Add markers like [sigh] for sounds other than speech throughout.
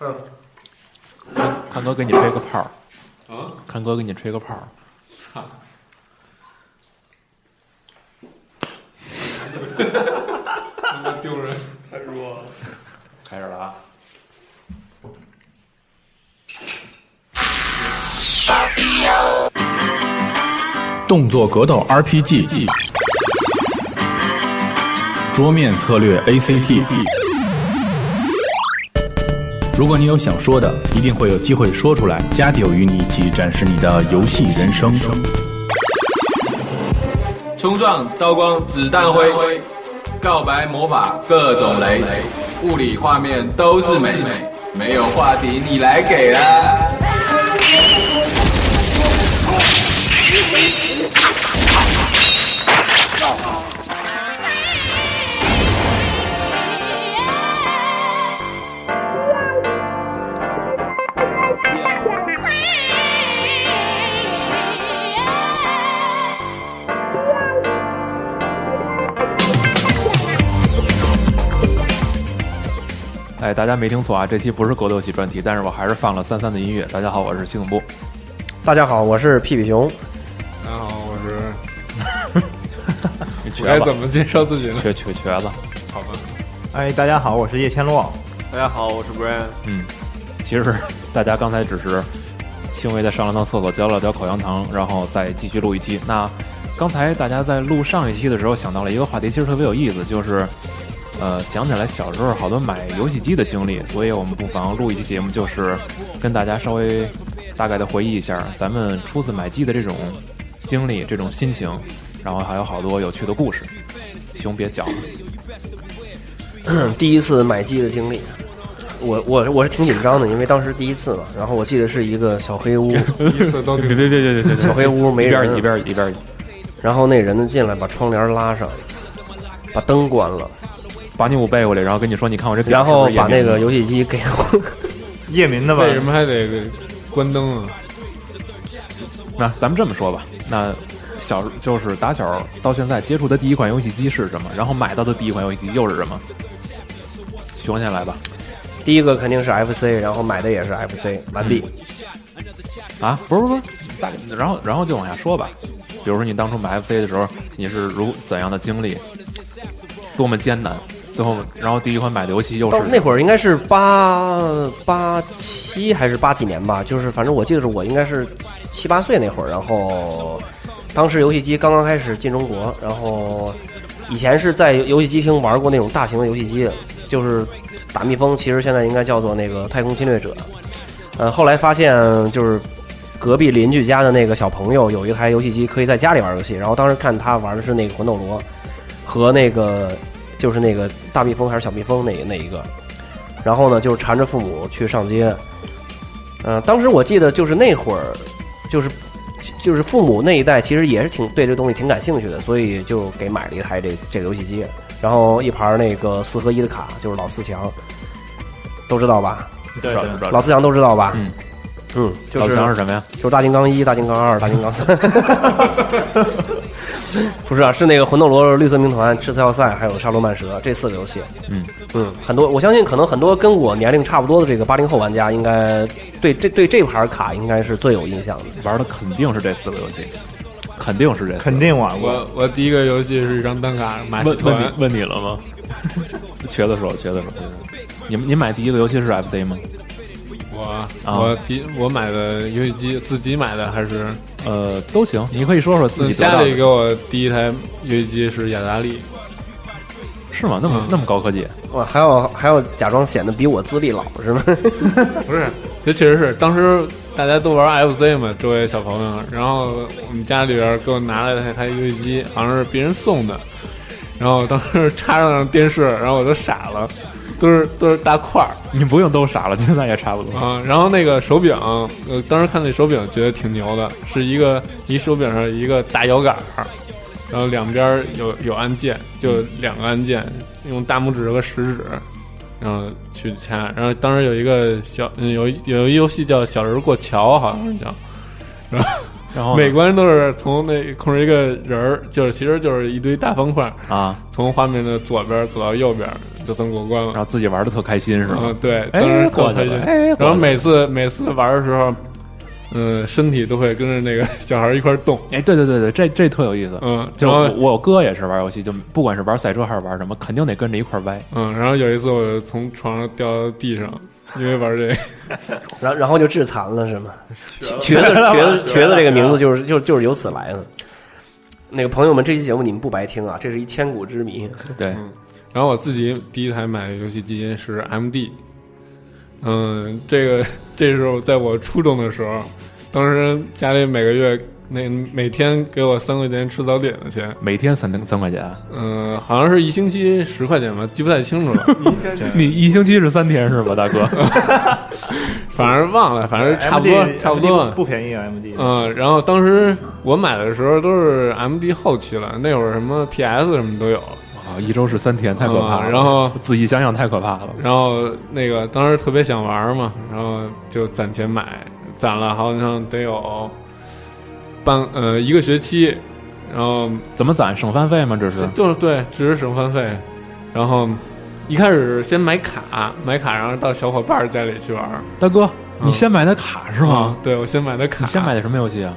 嗯，看哥给你吹个泡儿，啊，看哥给你吹个泡儿。操！他妈丢人！太弱了。开始了啊！动作格斗 RPG，桌面策略 ACT。如果你有想说的，一定会有机会说出来。加九与你一起展示你的游戏人生。冲撞、刀光、子弹灰、告白、魔法、各种雷，物理画面都是美，没有话题你来给啦！哎，大家没听错啊，这期不是格斗系专题，但是我还是放了三三的音乐。大家好，我是系统部。大家好，我是屁屁熊。大家好，我是瘸子，么介绍自己呢？瘸瘸瘸子。好吧，哎，大家好，我是叶千洛。大家好，我是 Brian。嗯，其实大家刚才只是轻微的上了趟厕所，嚼了嚼口香糖，然后再继续录一期。那刚才大家在录上一期的时候，想到了一个话题，其实特别有意思，就是呃，想起来小时候好多买游戏机的经历，所以我们不妨录一期节目，就是跟大家稍微大概的回忆一下咱们初次买机的这种经历、这种心情，然后还有好多有趣的故事。熊别讲了，嗯第一次买机的经历，我我我是挺紧张的，因为当时第一次嘛。然后我记得是一个小黑屋，第一次都别别别别别别，小黑屋没一边人一边一边然后那人呢进来把窗帘拉上，把灯关了，把你捂被窝里，然后跟你说，你看我这表然后是不是也把那个明游戏机给我。 [laughs] 夜明的吧？为什么还得关灯啊？那咱们这么说吧，那小就是打小到现在接触的第一款游戏机是什么？然后买到的第一款游戏机又是什么？熊先来吧，第一个肯定是 FC，然后买的也是 FC，完毕。啊，不是不是，大然后然后就往下说吧。比如说你当初买 FC 的时候，你是如怎样的经历，多么艰难，最后然后第一款买的游戏又到是那会儿应该是八八七还是八几年吧，就是反正我记得是我应该是七八岁那会儿，然后当时游戏机刚刚开始进中国，然后以前是在游戏机厅玩过那种大型的游戏机，就是打蜜蜂，其实现在应该叫做那个太空侵略者。呃，后来发现就是隔壁邻居家的那个小朋友有一台游戏机，可以在家里玩游戏，然后当时看他玩的是那个魂斗罗和那个就是那个大蜜蜂还是小蜜蜂那那一个，然后呢，就是缠着父母去上街。嗯、当时我记得就是那会儿，就是就是父母那一代其实也是挺对这东西挺感兴趣的，所以就给买了一台这这个游戏机，然后一盘那个四合一的卡，就是老四强，都知道吧？对对，老老四强都知道吧？嗯嗯，就老是强是什么呀？就是大金刚一、大金刚二、大金刚三， [laughs] 不是啊，是那个魂斗罗、绿色兵团、赤色要塞，还有沙罗曼蛇这四个游戏。嗯嗯，很多我相信，可能很多跟我年龄差不多的这个八零后玩家，应该对这对这盘卡应该是最有印象的。玩的肯定是这四个游戏，肯定是这四个肯定玩过。我我第一个游戏哎是一张单卡马戏问问团你，问你了 [laughs] 吗？嗯瘸子手，瘸子手。你们你买第一个游戏是 FC 吗？我啊我第我买的游戏机自己买的还是嗯呃，都行，你可以说说自己得家到的里给我第一台游戏机是雅达利，是吗？那么、嗯那么高科技，哇，还要还要假装显得比我资历老是吗？ [laughs] 不是，这确实是当时大家都玩 FC 嘛，周围小朋友，然后我们家里边给我拿来一台游戏机，好像是别人送的，然后当时插上电视，然后我都傻了，都是都是大块儿你不用都傻了， [laughs] 现在也差不多。啊，然后那个手柄，呃，当时看那手柄觉得挺牛的，是一个一手柄上一个大摇杆儿，然后两边儿有有按键，就两个按键，用大拇指和食指，然后去掐。然后当时有一个小，嗯、有一有一游戏叫《小人过桥》，好像是哦叫，然后然后呢每关都是从那控制一个人儿，就是其实就是一堆大方块，啊，从画面的左边走到右边，就算过关了然。后自己玩的特开心是吧嗯？，对，哦哎当时特过去开了心。哎过去然后了每次每次玩的时候，嗯，身体都会跟着那个 [laughs] 小孩一块儿动。哎，对对对对，这这特有意思。嗯，就然我后我有哥也是玩游戏，就不管是玩赛车还是玩什么，肯定得跟着一块儿歪。嗯，然后有一次我从床上掉到地上，因为玩这个。 [laughs] 然后然后就致残了是吗？瘸子瘸子瘸子这个名字就是就就是由此来的。那个朋友们，这期节目你们不白听啊，这是一千古之谜。对，嗯然后我自己第一台买的游戏机是 MD，嗯，这个这时候在我初中的时候，当时家里每个月那每天给我三块钱吃早点的钱，每天三三块钱，啊嗯，好像是一星期十块钱吧，记不太清楚 [laughs] 了，你一星期是三天是吧，大哥？ [laughs] 反正忘了，反正差不多 MD 差不多 MD 不不便宜啊，MD。嗯，然后当时我买的时候都是 MD 后期了，那会儿什么 PS 什么都有，啊，一周是三天，太可怕了。嗯然后仔细想想，太可怕了。然后那个当时特别想玩嘛，然后就攒钱买，攒了好像得有半呃一个学期，然后怎么攒省饭费吗？这是就是对，只是省饭费，然后一开始先买卡，买卡然后到小伙伴家里去玩儿，大哥，嗯你先买的卡是吗嗯？对，我先买的卡，你先买，的什么游戏啊？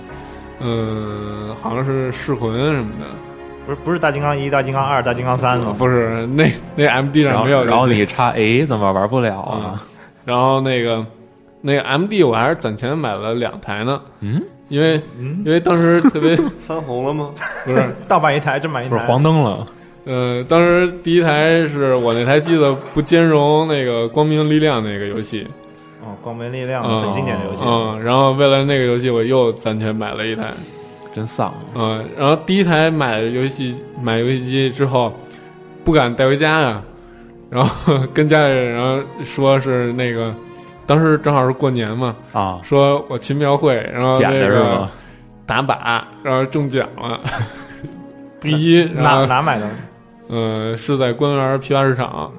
嗯、好像是噬魂什么的。不是不是大金刚一、大金刚二、大金刚三啊吗？不是，那那 M D 然上后啊没有这个。然后你插，哎，怎么玩不了啊啊？，然后那个那个 M D 我还是攒钱买了两台呢，嗯，因为嗯因为当时特 [laughs] 别翻红了吗？ [laughs] 不是盗版一台，正嗯版一不台。是黄灯了，呃，当时第一台是我那台机子不兼容那个《光明力量》那个游戏，嗯，光明力量嗯很经典的游戏。嗯，然后为了那个游戏我又攒钱买了一台，真丧。嗯，然后第一台买游戏买游戏机之后不敢带回家呀，然后跟家里人然后说是那个。当时正好是过年嘛，啊，说我去庙会，然后假那的是个吗？打靶，然后中奖了，第一，哪然后哪买的？呃是在官园批发市场，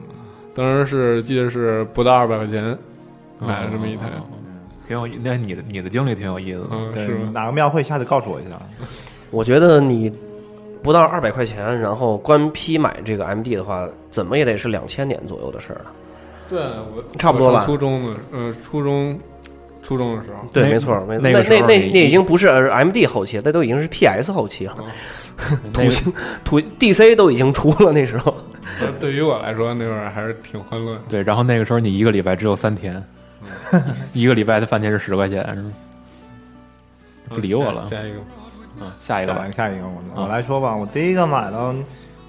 当时是记得是不到二百块钱买了这么一台，哦，挺有意。那你的你的经历挺有意思的。嗯，哦对是吧？哪个庙会？下次告诉我一下。我觉得你不到二百块钱，然后官批买这个 MD 的话，怎么也得是两千年左右的事儿了。对我差不多吧我上初中的，呃，初中初中的时候，对，那没错，没错。那那个时那候那你那已经不是 MD 后期，那都已经是 PS 后期了。那土星土 DC 都已经出了，那时候呃对于我来说那会儿还是挺欢乐的。对，然后那个时候你一个礼拜只有三天，嗯 [laughs] 一个礼拜的饭钱是十块钱，是吗不理我了。下下一个，嗯，下一个吧下。下一个我嗯我来说吧，我第一个买的，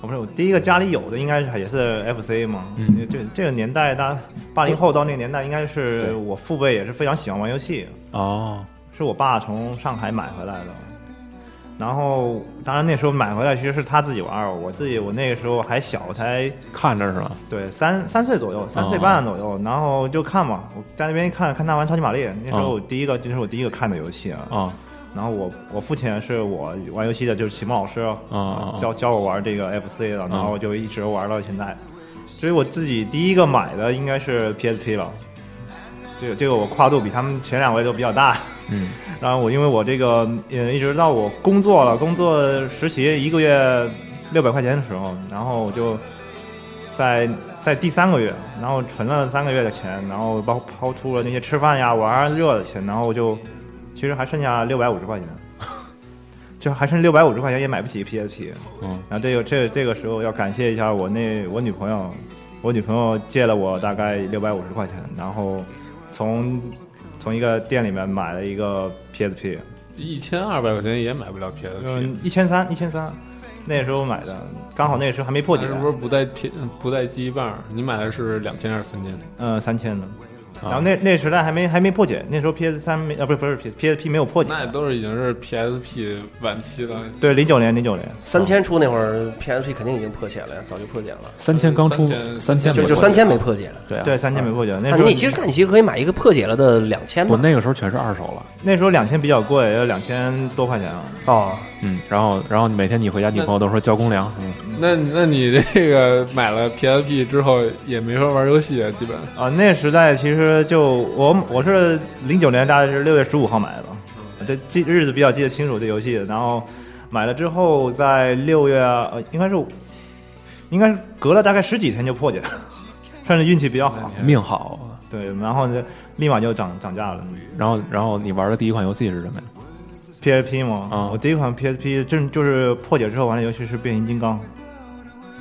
我不是我第一个家里有的应该是也是 FC 嘛，嗯这这个年代，大家八零后到那个年代，应该对是呃我父辈也是非常喜欢玩游戏，哦，是我爸从上海买回来的。然后，当然那时候买回来其实是他自己玩儿，我自己我那个时候还小，才看着是吧？对三三岁左右，三岁半左右，然后就看嘛，我在那边看看他玩超级玛丽，那时候我第一个、这是我第一个看的游戏啊。啊然后我我父亲是我玩游戏的，就是启蒙老师，哦啊教教我玩这个 FC 的，然后就一直玩到现在。所以我自己第一个买的应该是 PSP 了，这个这个我跨度比他们前两位都比较大。嗯， [laughs] 然后我因为我这个呃一直到我工作了，工作实习一个月六百块钱的时候，然后我就在在第三个月，然后存了三个月的钱，然后包抛出了那些吃饭呀、玩儿啊热的钱，然后我就其实还剩下六百五十块钱， [laughs] 就还剩六百五十块钱也买不起 PSP。嗯，然后这个这个这个时候要感谢一下我那我女朋友，我女朋友借了我大概六百五十块钱，然后从从一个店里面买了一个 PSP，一千二百块钱也买不了别的嗯皮，，一千三一千三，那时候买的，刚好那时候还没破解啊是，不是不带皮不带记忆棒儿？你买的是两千还是三千？嗯，三千的。然后那那时代还没还没破解，那时候 PS 三没啊不是不是 P PSP 没有破解，那都是已经是 PSP 晚期了，对零九年零九年，三千出那会儿，PSP 肯定已经破解了呀，早就破解了，三千刚出，三嗯三千千就没就过三千没破解。对啊，对三千没破解，那那时候你其实那你其实可以买一个破解了的两千我吧。那个时候全是二手了。那时候两千比较贵，要两千多块钱啊。哦，嗯，然后然后每天你回家，女朋友都说交公粮。嗯那那你这个买了 PSP 之后也没法玩游戏啊，基本啊，那时代其实就我我是零九年，大概是六月十五号买的，这记日子比较记啊得清楚这游戏。然后买了之后，在六月呃应该是应该是隔了大概十几天就破解了，算是运气比较好。命好。啊对，然后就立马就涨涨价了。然后，然后你玩的第一款游戏是什么呀？ PSP 嘛，啊我第一款 PSP 正就是破解之后玩的游戏是变形金刚，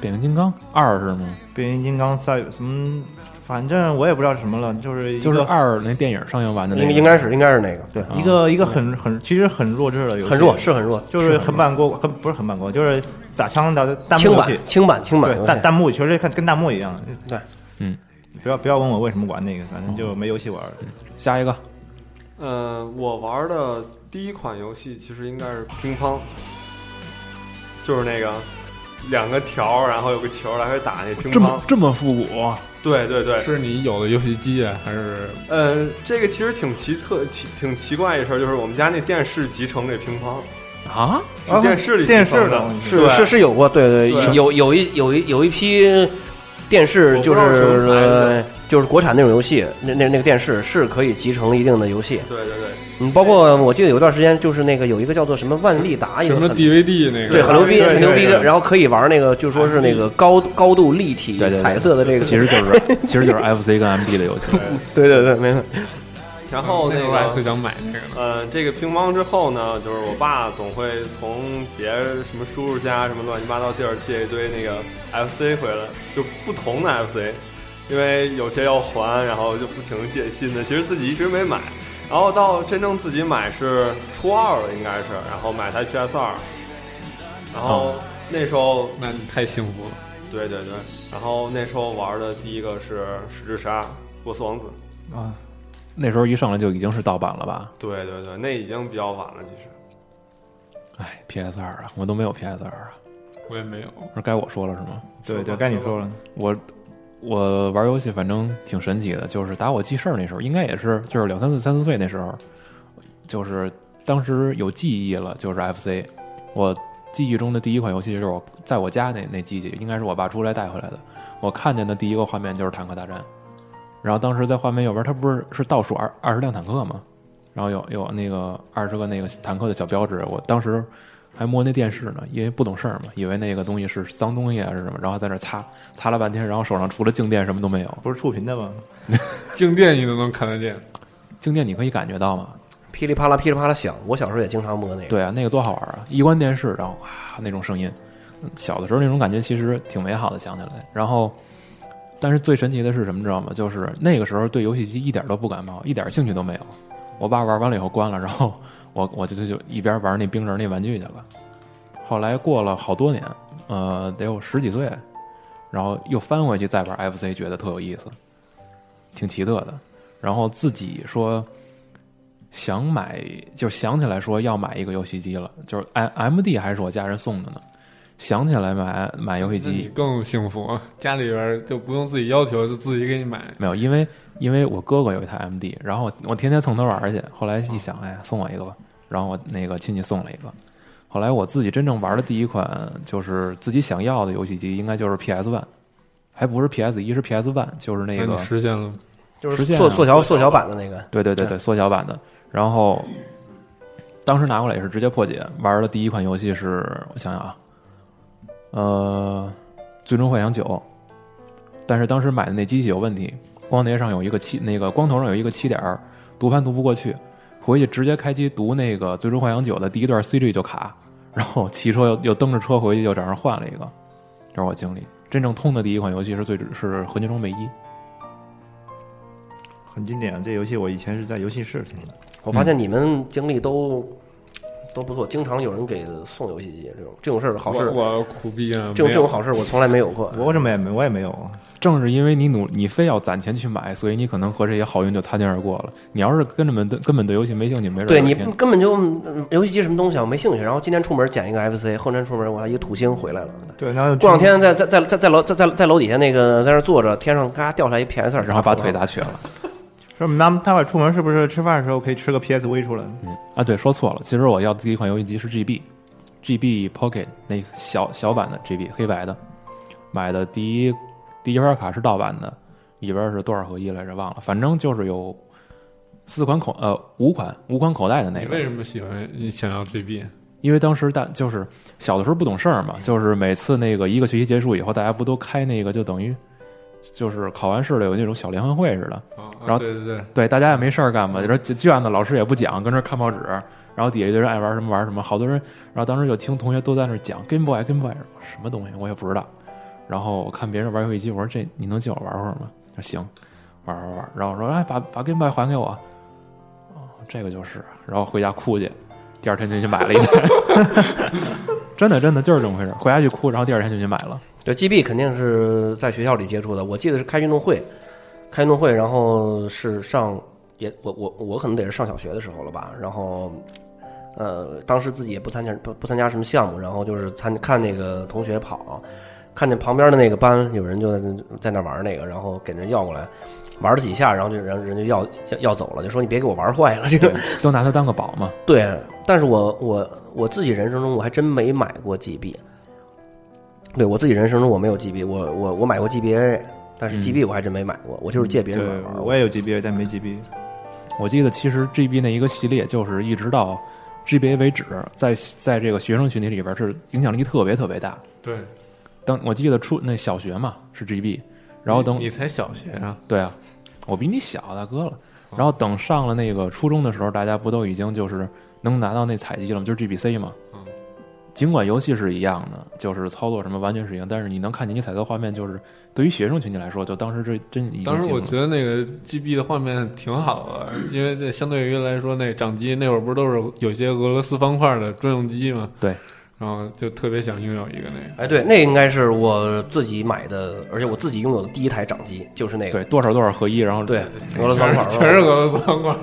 变形金刚二是吗？变形金刚赛什么，反正我也不知道是什么了，就是一个就是二那电影上映完的那应个，应该是应该是那个，对，一个一个很很其实很弱智的游戏，很弱，是很弱，就是横版过，很不是横版过，就是打枪打弹幕轻游戏版，轻版轻版对，弹弹幕其实跟跟弹幕一样，对，嗯，不要不要问我为什么玩那个，反正就没游戏玩了。下一个呃，我玩的第一款游戏其实应该是乒乓，就是那个两个条儿，然后有个球儿来回打那乒这乓么。这么复古，对对对，是你有的游戏机啊，还是呃，这个其实挺奇特、奇挺奇怪一事儿，就是我们家那电视集成这乒乓，啊？ [laughs] 嗯是电视里集成电视的的，是是是有过，对对，对有有一有一有一批电视我就不知道什是么牌子呃就是国产那种游戏，那那那个电视是可以集成一定的游戏，对对对，嗯，包括我记得有一段时间就是那个有一个叫做什么万利达，也什么很 DVD 那个？对，很牛逼，对对很牛逼对的，对然后可以玩那个，就说是那个高高度立体对对对彩色的这个，其实就是其实就是 FC 跟 MD 的游戏，对对对，没错，然后嗯那那时候还特个。想买那个呢。呃，这个乒乓之后呢，就是我爸总会从别人什么叔叔家什么乱七八糟地儿借一堆那个 FC 回来，就不同的 FC，因为有些要还，然后就不停地借新的。其实自己一直没买，然后到真正自己买是初二了，应该是，然后买台 PS 二，然后哦那时候那你太幸福了，对对对，然后那时候玩的第一个是《十之杀》《波斯王子》，啊，那时候一上来就已经是盗版了吧？对对对，那已经比较晚了，其实。哎，PS 二啊，我都没有 PS 二啊，我也没有。那该我说了是吗？对对，该你说了。我我玩游戏反正挺神奇的，就是打我记事儿那时候，应该也是就是两三岁、三四岁那时候，就是当时有记忆了，就是 FC。我记忆中的第一款游戏就是我在我家那那机器，应该是我爸出来带回来的。我看见的第一个画面就是坦克大战，然后当时在画面右边，它不是是倒数二二十辆坦克吗？然后有有那个二十个那个坦克的小标志，我当时还摸那电视呢，因为不懂事儿嘛，以为那个东西是脏东西还啊是什么，然后在那儿擦擦了半天，然后手上除了静电什么都没有。不是触屏的吗？静电你都能看得见，静电你可以感觉到吗？噼里啪啦噼里啪啦响，我小时候也经常摸那个，对啊，那个多好玩啊！一关电视，然后哇那种声音，嗯小的时候那种感觉其实挺美好的，想起来。然后，但是最神奇的是什么，知道吗？就是那个时候对游戏机一点都不感冒，一点兴趣都没有。我爸玩完了以后关了，然后我我就就就一边玩那冰人那玩具去了。后来过了好多年，呃，得有十几岁，然后又翻回去再玩 FC，觉得特有意思，挺奇特的。然后自己说想买，就想起来说要买一个游戏机了，就是 M M D 还是我家人送的呢。想起来买买游戏那你机更幸福啊！家里边就不用自己要求，就自己给你买。没有，因为因为我哥哥有一台 M D，然后我天天蹭他玩儿去。后来一想，哎呀，送我一个吧。然后我那个亲戚送了一个。后来我自己真正玩的第一款就是自己想要的游戏机，应该就是 PS One，还不是 PS 一，是 PS One，就是那那个你实现了吗？就是实现缩啊缩小缩小版的那个，对对对对，缩小版的。然后当时拿过来也是直接破解，玩的第一款游戏是我想想啊，呃，《最终幻想九》，但是当时买的那机器有问题，光碟上有一个七，那个光头上有一个七点儿，读盘读不过去，回去直接开机读那个《最终幻想九》的第一段 CG 就卡，然后骑车又又蹬着车回去，又找人换了一个，这是我经历。真正通的第一款游戏是最是《合金装备一》，很经典，啊这游戏我以前是在游戏室听的。我发现你们经历都都不错，经常有人给送游戏机这种这种事儿，好事儿，我我苦逼啊！这种没这有种好事儿我从来没有过，我怎么也没我也没有，啊正是因为你努，你非要攒钱去买，所以你可能和这些好运就擦肩而过了。你要是根本对根本对游戏没兴趣，没准儿对有一你天嗯根本就嗯游戏机什么东西啊，我没兴趣。然后今天出门捡一个 FC，后天出门我还一个土星回来了。对，然后过两天在在在在在楼在在在楼底下那个在那儿坐着，天上嘎掉下来一 PS 二，然后把腿砸瘸了。说妈妈待会儿出门是不是吃饭的时候可以吃个 PSV 出来？啊，对，说错了，其实我要的第一款游戏机是 GB，GB Pocket 那小小版的 GB 黑白的，买的第一第一张卡是盗版的，里边是多少合一来着忘了，反正就是有四款口呃五款五款口袋的那你个。为什么喜欢你想要 GB？因为当时大就是小的时候不懂事儿嘛，就是每次那个一个学期结束以后，大家不都开那个就等于就是考完试了有那种小联欢会似的，啊然后对对对，对，大家也没事儿干嘛，就是卷子老师也不讲，跟这儿看报纸，然后底下就人爱玩什么玩什么，好多人，然后当时就听同学都在那儿讲 Game Boy Game Boy 什么东西，我也不知道。然后我看别人玩游戏机，我说这你能借我玩会儿吗？他说行，玩玩玩。然后我说哎，把把 Game Boy 还给我。哦，这个就是，然后回家哭去，第二天就去买了一台。 [laughs] 真的真的就是这么回事，回家去哭，然后第二天就去买了。对，GB 肯定是在学校里接触的。我记得是开运动会，开运动会，然后是上也我我我可能得是上小学的时候了吧。然后，呃，当时自己也不参加不不参加什么项目，然后就是参看那个同学跑，看见旁边的那个班有人就在在那玩那个，然后给人要过来。玩了几下，然后就人人就要要要走了，就说你别给我玩坏了这个。都拿它当个宝嘛。对，但是我我我自己人生中我还真没买过 GB。对我自己人生中我没有 GB，我我我买过 GBA，但是嗯 GB 我还真没买过，我就是借别人对玩玩。，我也有 GB，但没 GB。我记得其实 GB 那一个系列就是一直到 GBA 为止，在在这个学生群体里边是影响力特别特别大。对，当我记得初那小学嘛是 GB，然后等你才小学啊，对啊，我比你小啊大哥了。然后等上了那个初中的时候，大家不都已经就是能拿到那采集了吗？就是 GBC 嘛。嗯。尽管游戏是一样的，就是操作什么完全是一样，但是你能看见你彩色画面，就是对于学生群体来说，就当时这真已经当时进我入了觉得那个 GB 的画面挺好的，因为那相对于来说，那掌机那会儿不是都是有些俄罗斯方块的专用机嘛？对，然后就特别想拥有一个那个。哎，对，那应该是我自己买的，而且我自己拥有的第一台掌机就是那个，对多少多少合一，然后对，俄罗斯方块全儿 [laughs] 是全是俄罗斯方块，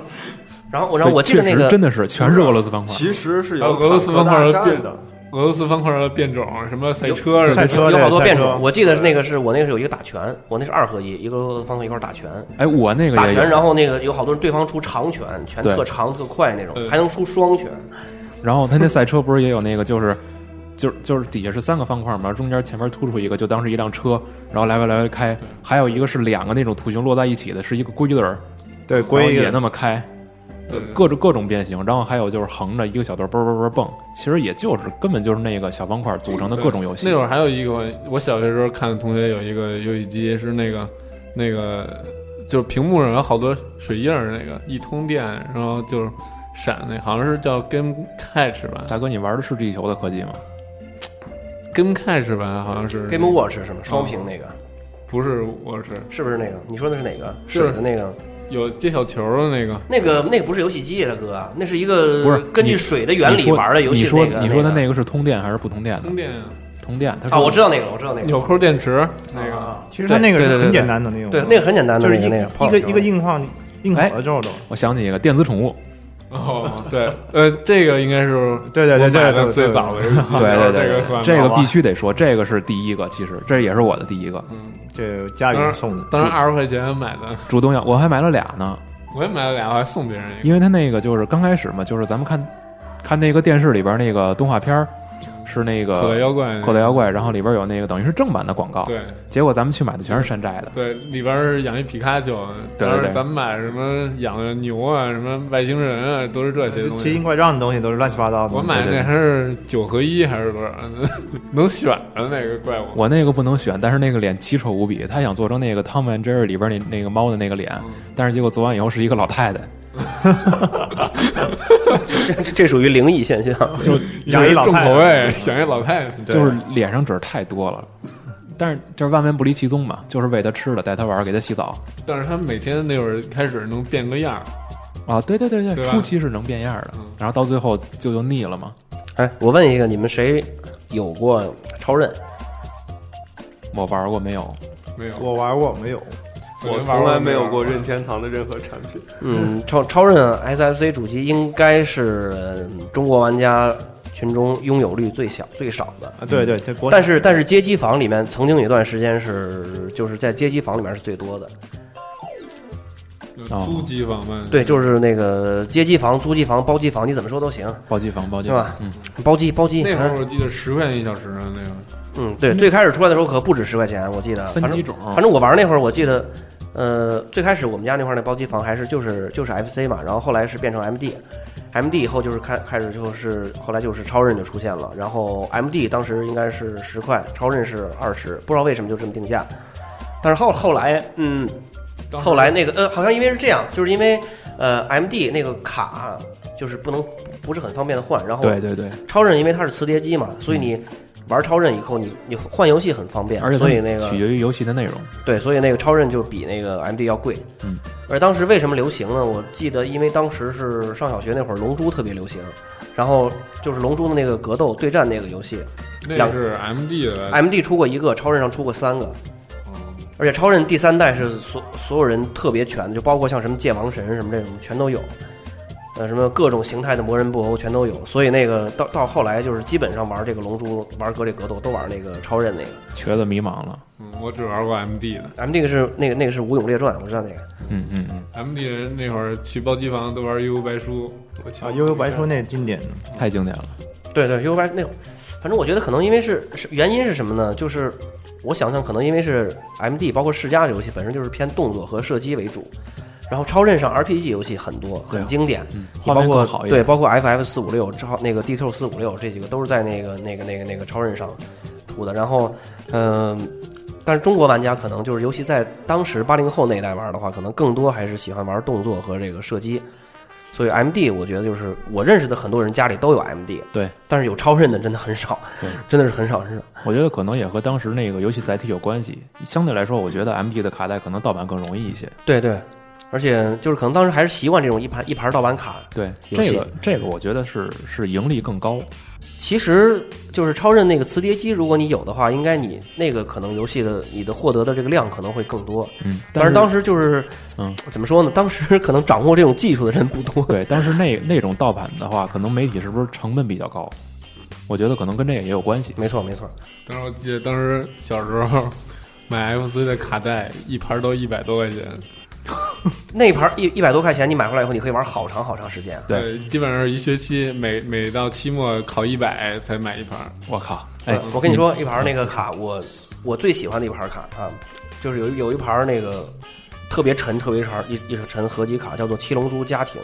然后我然后我记得那确实个真的是全是俄罗斯方块。其实是还有有俄罗斯方块坦儿的克大变战的，俄罗斯方块的变种，什么赛车什么赛的，车有好多对变赛车种，我记得那个是我那个是有一个打拳，我那是二合一，一个俄罗斯方块一块儿打拳，哎，我那个打也有拳，然后那个有好多人对方出长拳，拳对特长特快那种，嗯还能出双拳。然后他那赛车不是也有那个就是。就是就是底下是三个方块嘛，中间前面突出一个，就当是一辆车，然后来回来回开。还有一个是两个那种图形摞在一起的，是一个龟子儿，对，然后归一也个那么开，对各种各种变形。然后还有就是横着一个小段儿嘣嘣嘣蹦，其实也就是根本就是那个小方块组成的各种游戏。那会儿还有一个，我小学时候看同学有一个游戏机是那个那个，就是屏幕上有好多水印儿，那个一通电，然后就是闪那，好像是叫 Game Catch 吧大哥，你玩的是地球的科技吗？ ，Game Catch 吧，好像是 Game Watch 是吗？双屏那个不是，我是是不是那个？你说的是哪个？是水的那个？有接小球的那个，那个那个不是游戏机，啊大哥，那是一个不是根据你水的原理玩的游戏。你说那个你说他那那个是通电还是不通电的通？电啊通电，他啊，说我知道那个了，我知道那个纽扣电池那啊啊个，啊其实它那个对对是对对很简单的那种，对，那个很简单的，就是那一个那一个一个硬框硬好哎了之后都。我想起一个电子宠物，哦，对，呃，这个应该是对对我对，这买个的都最早的游戏机，对对对，啊 [laughs] 这个算这个吧必须得说，这个是第一个，其实这也是我的第一个。这家里人送的，嗯当时二十块钱买的，主动要，我还买了俩呢，我也买了俩，我还送别人一个。因为他那个就是刚开始嘛，就是咱们看，看那个电视里边那个动画片儿，是那口袋个妖怪，口袋妖怪，然后里边有那个等于是正版的广告，对结果咱们去买的全是山寨的，对，里边儿养一皮卡丘，啊对对对当时咱们买什么养的牛啊，什么外星人啊，都是这些就东奇西形。怪状的东西都是乱七八糟的。我买对对那还是九合一还是多少？能 [laughs] 选的那个怪物。我那个不能选，但是那个脸奇丑无比，他想做成那个《汤姆 and Jerry》里边那那个猫的那个脸，嗯但是结果做完以后是一个老太太，这这 [laughs] 这属于灵异现象。就养一老重太太口味， [laughs] 养一老太太。对就是脸上褶太多了。但是就是万变不离其宗嘛，就是喂它吃的，带它玩儿，给它洗澡但是他每天那会儿开始能变个样儿，啊，对对对对，对吧初期是能变样儿的嗯，然后到最后就就腻了嘛。哎，我问一个，你们谁有过超任？我玩过没有？没有，我玩过没有？我玩从来没有玩过任天堂的任何产 [laughs] 品。嗯，超超任 SFC 主机应该是嗯中国玩家群中拥有率最小最少的。啊，对对，这国但是但是街机房里面曾经有一段时间是就是在街机房里面是最多的，租机房嘛。哦对，就是那个街机房、租机房、包机房，你怎么说都行，暴击房，暴击是吧房，嗯，包机包机。那会嗯儿我记得十块钱一小时呢，那会儿嗯，对，最开始出来的时候可不止十块钱，我记得，分反几正种，反正我玩那会儿，我记得，呃，最开始我们家那块儿那包机房还是就是就是 FC 嘛，然后后来是变成 MD， MD 以后就是开开始就是后来就是超任就出现了，然后 MD 当时应该是十块，超任是二十，不知道为什么就这么定价。但是后后来，嗯，当时后来那个呃，好像因为是这样，就是因为呃 MD 那个卡就是不能不是很方便的换，然后对对对，超任因为它是磁碟机嘛，所以你玩超任以后你你换游戏很方便而，且它所以那个取决于游戏的内容。对，所以那个超任就比那个 MD 要贵。嗯，而当时为什么流行呢？我记得，因为当时是上小学那会儿，《龙珠》特别流行，然后就是《龙珠》的那个格斗对战那个游戏那两是 M D 的， ，MD 出过一个，超任上出过三个。而且超任第三代是所所有人特别全的，就包括像什么界王神什么这种全都有，呃，什么各种形态的魔人布欧全都有。所以那个到到后来就是基本上玩这个龙珠、玩格力格斗都玩那个超任那个。瘸子迷茫了，嗯我只玩过 M D 的 M 那个是那个那个是武勇列传，我知道那个。嗯嗯嗯， ，M D 那会儿去包机房都玩悠悠白书，我啊，悠悠白书那经典的，太经典了。对对，U 白那，反正我觉得可能因为是是原因是什么呢？就是我想想，可能因为是 M D 包括世嘉的游戏本身就是偏动作和射击为主，然后超任上 R P G 游戏很多对很经典，嗯，你画包面括更好一对点。包括 F F 四五六超那个 D Q 四五六这几个都是在那个那个那个那个超任上出的，然后嗯。但是中国玩家可能就是，尤其在当时八零后那一代玩的话，可能更多还是喜欢玩动作和这个射击。所以 M D 我觉得就是我认识的很多人家里都有 M D，对，但是有超任的真的很少对，真的是很少很少。我觉得可能也和当时那个游戏载体有关系。相对来说，我觉得 M D 的卡带可能盗版更容易一些。对对，而且就是可能当时还是习惯这种一盘一盘盗版卡。对，游戏这个这个我觉得是是盈利更高。其实就是超任那个磁碟机，如果你有的话，应该你那个可能游戏的你的获得的这个量可能会更多。嗯，但是是当时就是，嗯，怎么说呢？当时可能掌握这种技术的人不多。对，但是那那种盗版的话，可能媒体是不是成本比较高？我觉得可能跟这个也有关系。没错没错，当时我记得当时小时候买 F C 的卡带一盘都一百多块钱，那盘一一百多块钱，你买回来以后，你可以玩好长好长时间。啊对呃，基本上是一学期，每每到期末考一百才买一盘儿。我靠，哎，呃我跟你说，一盘那个卡，我我最喜欢的一盘卡啊，就是有有一盘那个特别沉、特别长一一沉合集卡，叫做《七龙珠家庭》，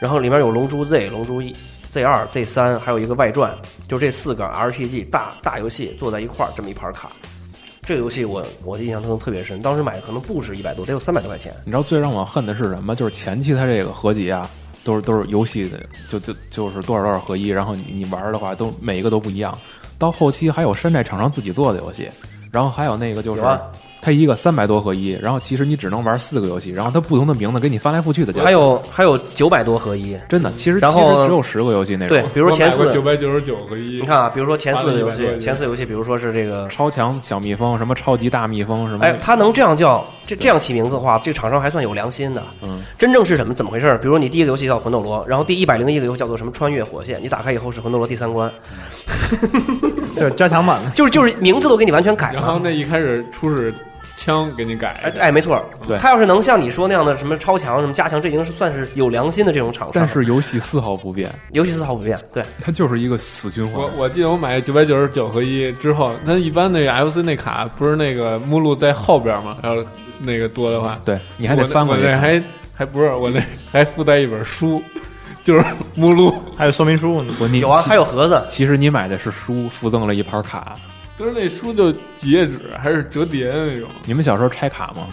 然后里面有龙珠 Z、龙珠一、Z 二、Z 三，还有一个外传，就这四个 RPG 大大游戏坐在一块儿这么一盘卡。这个游戏我我印象中特别深，当时买可能不止一百多，得有三百多块钱。你知道最让我恨的是什么？就是前期它这个合集啊，都是都是游戏的，就就就是多少多少合一，然后你你玩儿的话都每一个都不一样。到后期还有山寨厂商自己做的游戏，然后还有那个就是有啊它一个三百多合一，然后其实你只能玩四个游戏，然后它不同的名字给你翻来覆去的叫。还有还有九百多合一，真的，其实然后其实只有十个游戏那种。对，比如说前四，九百九十九合一，你看啊，比如说前四个游花了100多块戏，钱前四游戏，比如说是这个超强小蜜蜂，什么超级大蜜蜂，什么哎，他能这样叫，这这样起名字的话，这厂商还算有良心的。嗯，真正是什么怎么回事儿？比如你第一个游戏叫魂斗罗，然后第一百零一个游戏叫做什么穿越火线，你打开以后是魂斗罗第三关，就是加强版的。就是就是名字都给你完全改然 [laughs] 后了。那一开始初始枪给你改哎一下，哎，没错儿，对他要是能像你说那样的什么超强、什么加强，这已经是算是有良心的这种厂商。但是游戏丝毫不变，尤其是毫不变，对，它就是一个死循我环。我记得我买九百九十九合一之后，它一般那个 FC 那卡不是那个目录在后边嘛，要是那个多的话，对你还得翻过我去那我那还还不是 [laughs] 我那还附带一本书，就是目录，还有说明书呢，我你有啊，其还有盒子，其实你买的是书，附赠了一盘卡。就是那书就几页纸，还是折叠的那种。你们小时候拆卡吗？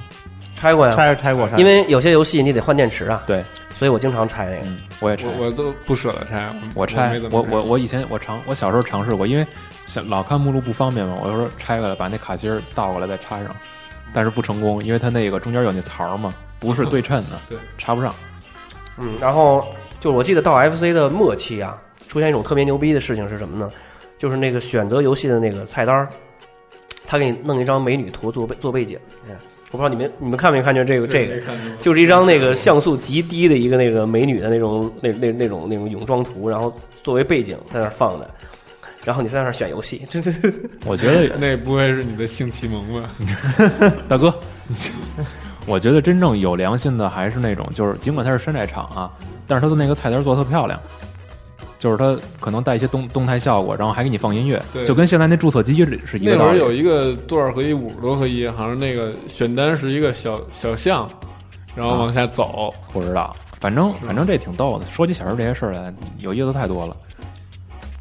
拆过呀。拆拆过拆过。因为有些游戏你得换电池啊，对，所以我经常拆那个。嗯，我也拆我，我都不舍得拆，我拆没，怎我么我我以前我尝，我小时候尝试过，因为想老看目录不方便嘛，我就说拆开来把那卡芯儿倒过来再插上，但是不成功，因为它那个中间有那槽儿嘛，不是对称的，对，插不上。嗯，然后就是我记得到 FC 的末期啊，出现一种特别牛逼的事情是什么呢？就是那个选择游戏的那个菜单儿，他给你弄一张美女图做背做背景。嗯，我不知道你们你们看没看见这个这个，就是一张那个像素极低的一个那个美女的那种那那那种那种泳装图，然后作为背景在那儿放着，然后你在那儿选游戏，这这这我觉得那不会是你的性启蒙吧？大哥， [laughs] 我觉得真正有良心的还是那种，就是尽管它是山寨厂啊，但是它的那个菜单做的特漂亮，就是它可能带一些动动态效果，然后还给你放音乐，对就跟现在那注册机是一个那会道儿理。有一个多少合一，五十多合一，好像那个选单是一个小小巷，然后往下走，啊不知道，反正反正这挺逗的。说起小时候这些事儿来，有意思太多了。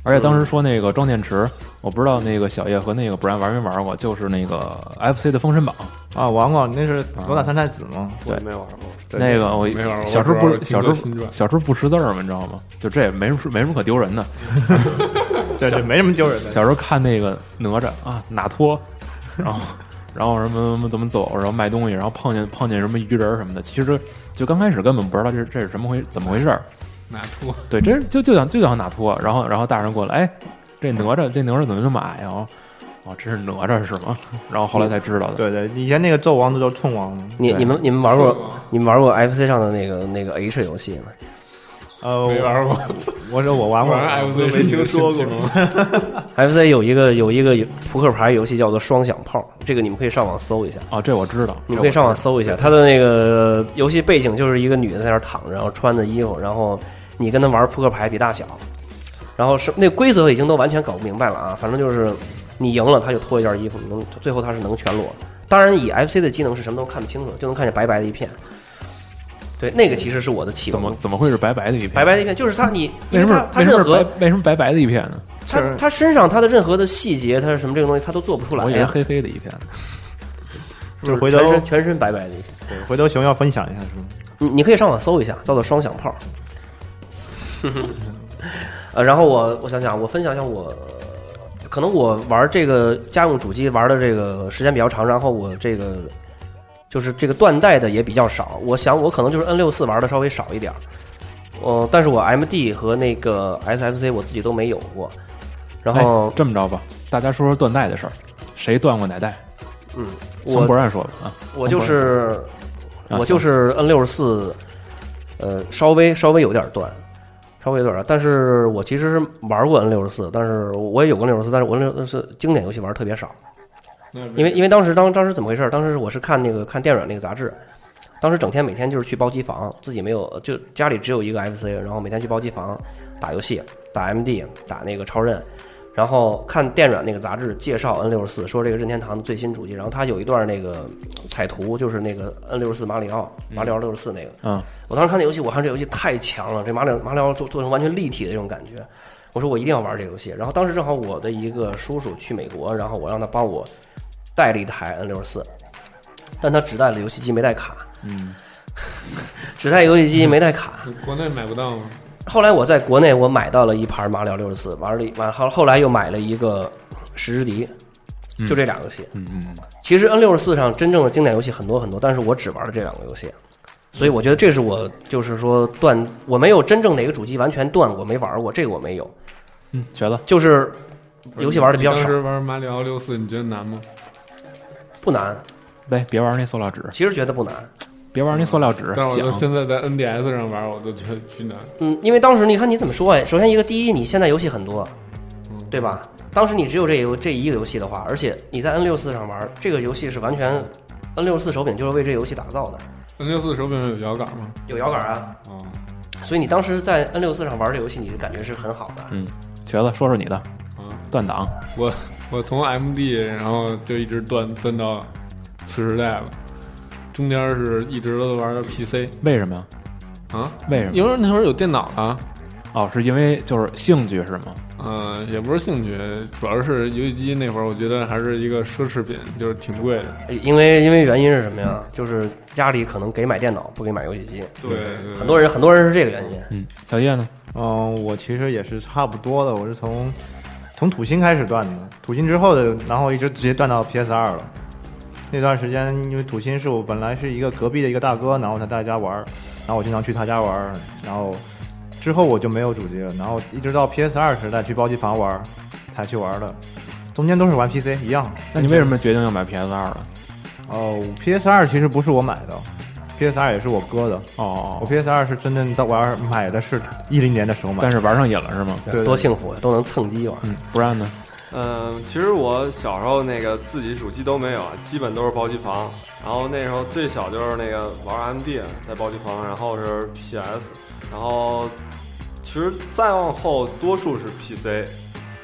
而且当时说那个装电池，我不知道那个小叶和那个不然玩没玩过，就是那个 FC 的封神榜。啊，玩过，那是左打三太子嘛。我没玩过。对那个我没玩过小时候我不只小时玩过听说新候传小时候不识字儿嘛，你知道吗？就这也没什么没什么可丢人的。对对，没什么丢人的。小时候看那个哪吒啊，哪托，然后 [laughs] 然后什么什么怎么走，然后卖东西，然后碰见碰见什么鱼人儿什么的，其实就刚开始根本不知道这这是什么回怎么回事儿。拿出对，真是就就想就想哪托，然后然后大人过来，哎，这哪吒这哪吒怎么这么矮呀？哦，这是哪吒是吗？然后后来才知道的。对对，以前那个纣王不都冲王吗？你对你们你们玩过是吗你们玩过 FC 上的那个那个 H 游戏吗？呃，没我玩过，我说我玩过，玩 FC 没听说过过。 [laughs] FC 有一个有一个扑克牌游戏叫做双响炮，这个你们可以上网搜一下，哦，这我知道，你这们可以我上网知搜一下。它的那个游戏背景就是一个女的在那儿躺着，然后穿着衣服，然后你跟她玩扑克牌比大小，然后是那规则已经都完全搞不明白了啊，反正就是你赢了她就脱一件衣服，你能最后她是能全裸。当然以 FC 的机能是什么都看不清楚，就能看见白白的一片。对，那个其实是我的启道。怎蒙么。怎么会是白白的一片？白白的一片，就是它你，为因什它么它为什么任是何白为什么白白的一片呢？它它身上它的任何的细节，它是什么这个东西，它都做不出来我以为呀。黑黑的一片。就是回头全身全身白白的一片，对回头熊要分享一下是吗？你你可以上网搜一下，叫做双响炮。 [laughs] 呃，然后我我想想，我分享一下我，可能我玩这个家用主机玩的这个时间比较长，然后我这个就是这个断代的也比较少。我想我可能就是 N 六四玩的稍微少一点儿，呃，但是我 MD 和那个 SFC 我自己都没有过。然后、哎、这么着吧，大家说说断代的事儿，谁断过哪代？嗯，从我博然说吧啊，我就是啊我就是 N 六十四，呃，稍微稍微有点断，稍微有点断。但是我其实玩过 N 六十四，但是我也有过 N 六十四，但是我 N 六十四经典游戏玩得特别少，因为因为为当时当当时怎么回事？当时我是看那个看电软那个杂志，当时整天每天就是去包机房，自己没有就家里只有一个 FC，然后每天去包机房打游戏，打 MD，打那个超任。然后看电软那个杂志介绍 N 六十四，说这个任天堂的最新主机，然后它有一段那个彩图，就是那个 N 六十四马里奥，马里奥六十四那个。嗯，我当时看这游戏，我看这游戏太强了，这马里奥马里奥做做成完全立体的这种感觉，我说我一定要玩这游戏。然后当时正好我的一个叔叔去美国，然后我让他帮我带了一台 N 六十四，但他只带了游戏机没带卡，嗯， [laughs] 只带游戏机没带卡。国内买不到吗？后来我在国内我买到了一盘马里奥六十四，玩了一玩后后来又买了一个十之敌，就这俩游戏。嗯嗯，其实 N 六十四上真正的经典游戏很多很多，但是我只玩了这两个游戏，所以我觉得这是我就是说断，我没有真正哪个主机完全断过，没玩过这个我没有，嗯，瘸子，就是游戏玩的比较你少当，时玩马里奥六四，你觉得难吗？不难，喂，别玩那塑料纸，其实觉得不难。别玩那塑料纸，嗯但我就响。现在在 NDS 上玩，我都觉得巨难。嗯，因为当时你看你怎么说哎，首先一个第一，你现在游戏很多，嗯对吧？当时你只有这游这一个游戏的话，而且你在 N 六四上玩这个游戏是完全 N 六四手柄就是为这游戏打造的， N 六四手柄有摇杆吗？有摇杆啊，啊，所以你当时在 N 六四上玩这游戏，你的感觉是很好的。瘸子，说说你的啊断档，我我从 MD 然后就一直断断到次时代了，中间是一直都玩的 PC 为什么呀？啊，为什么？因为那会儿有电脑啊了，哦，是因为就是兴趣是吗？嗯、也不是兴趣，主要是游戏机那会儿我觉得还是一个奢侈品，就是挺贵的。因为因为原因是什么呀？就是家里可能给买电脑，不给买游戏机。对，对很多人很多人是这个原因。嗯，小叶呢？嗯，我其实也是差不多的，我是从从土星开始断的，土星之后的，然后一直直接断到 PS 二了。那段时间，因为土星是我本来是一个隔壁的一个大哥，然后他带家玩儿，然后我经常去他家玩儿，然后之后我就没有主机了，然后一直到 PS 二时代去包机房玩儿才去玩儿的，中间都是玩 PC 一样。那你为什么决定要买 PS 二了？哦，PS 二其实不是我买的，PS 二也是我哥的，哦我哦， PS 二是真正到玩儿买的是一零年的时候买但的，是玩上瘾了是吗？对对多幸福，啊都能蹭机玩。嗯，不然呢？嗯，其实我小时候那个自己主机都没有，啊，基本都是包机房。然后那时候最小就是那个玩 MD 在包机房，然后是 PS，然后其实再往后多数是 PC，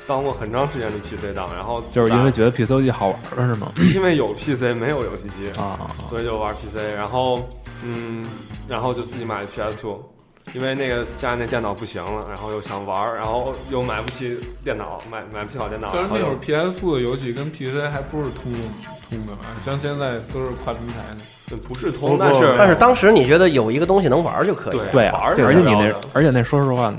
当过很长时间的 PC 档。然后就是因为自觉得 PC 游戏好玩了是吗？打因为有 PC 没有游戏机，啊，所以就玩 PC。然后嗯，然后就自己买 PS2，因为那个家那电脑不行了，然后又想玩儿，然后又买不起电脑，买买不起好电脑，但是然后那会儿又 PS 的游戏跟 PC 还不是通用通的吧？像现在都是跨平台的。嗯不是不通，但是但是当时你觉得有一个东西能玩儿就可以，对对啊玩儿，是而且你重要那的，而且那说实话，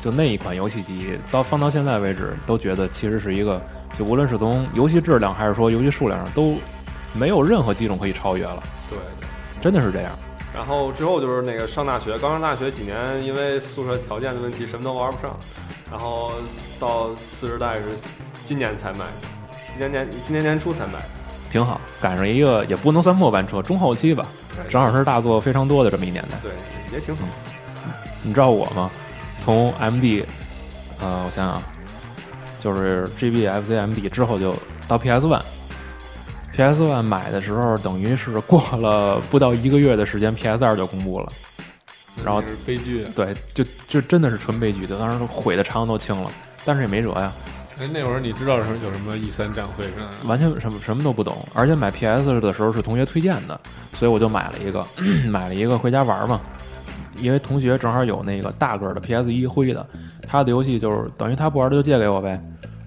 就那一款游戏机到放到现在为止，都觉得其实是一个，就无论是从游戏质量还是说游戏数量上，都没有任何机种可以超越了，对。真的是这样。然后之后就是那个上大学，刚上大学几年，因为宿舍条件的问题，什么都玩不上。然后到次世代是今年才买的，今年年今年年初才买的。挺好，赶上一个也不能算末班车，中后期吧，正好是大作非常多的这么一年代。对，也挺好。你知道我吗？从 MD，呃，我想想，啊，就是 GB、FC、MD 之后就到 PS One。PS One 买的时候，等于是过了不到一个月的时间，PS 二就公布了。然后那是悲剧啊。对，就就真的是纯悲剧，就当时都毁的肠子都青了，但是也没辙呀，哎，那会儿你知道什么有什么 E 三战会是吧？完全什么什么都不懂。而且买 PS 的时候是同学推荐的，所以我就买了一个， [clears throat] 买了一个回家玩嘛。因为同学正好有那个大个儿的 PS 一灰的，他的游戏就是等于他不玩的就借给我呗，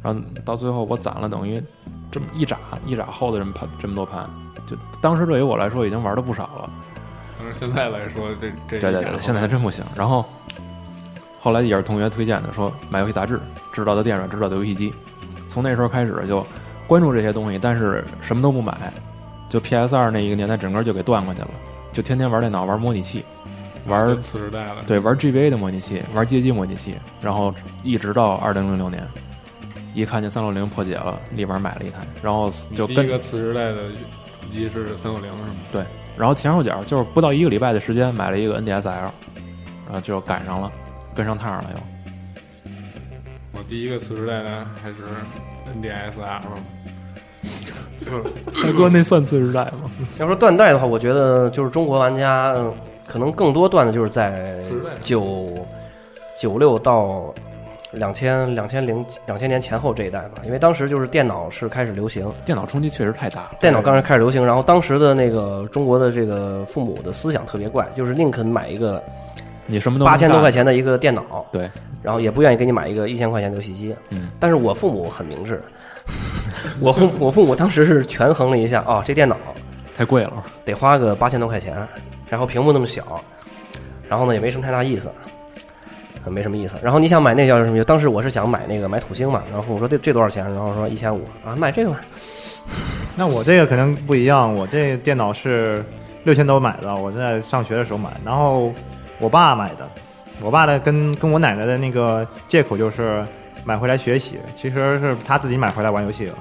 然后到最后我攒了等于这么一拃一拃厚的这么盘这么多盘，就当时对于我来说已经玩的不少了。但是现在来说，这这对对对，现在还真不行。然后后来也是同学推荐的，说买游戏杂志，知道的电软，知道的游戏机。从那时候开始就关注这些东西，但是什么都不买，就 PS 二那一个年代整个就给断过去了，就天天玩电脑，玩模拟器，玩就次时代了。对玩 GBA 的模拟器，玩街机模拟器，然后一直到二零零六年。一看见三六零破解了，立马买了一台，然后就第跟一个次时代的主机是三六零是吗？对，然后前后脚就是不到一个礼拜的时间买了一个 NDSL，然后就赶上了，跟上趟了又。我第一个次时代的还是 NDSR 嘛。大哥，那算次时代吗？要说断代的话，我觉得就是中国玩家，嗯，可能更多断的就是在时代九九六到两千两千零两千年前后这一代吧，因为当时就是电脑是开始流行，电脑冲击确实太大了。电脑刚开始流行，然后当时的那个中国的这个父母的思想特别怪，就是宁肯买一个你什么都八千多块，钱的一个电脑，对，然后也不愿意给你买一个一千块钱的游戏机。嗯，但是我父母很明智， [laughs] 我父我父母当时是权衡了一下，啊，这电脑太贵了。得花个八千多块钱，然后屏幕那么小，然后呢也没什么太大意思，呃没什么意思。然后你想买那叫什么？当时我是想买那个买土星嘛，然后我说这这多少钱？然后说一千五啊，买这个吧。那我这个可能不一样，我这电脑是六千多买的，我在上学的时候买，然后我爸买的，我爸的跟跟我奶奶的那个借口就是买回来学习，其实是他自己买回来玩游戏的。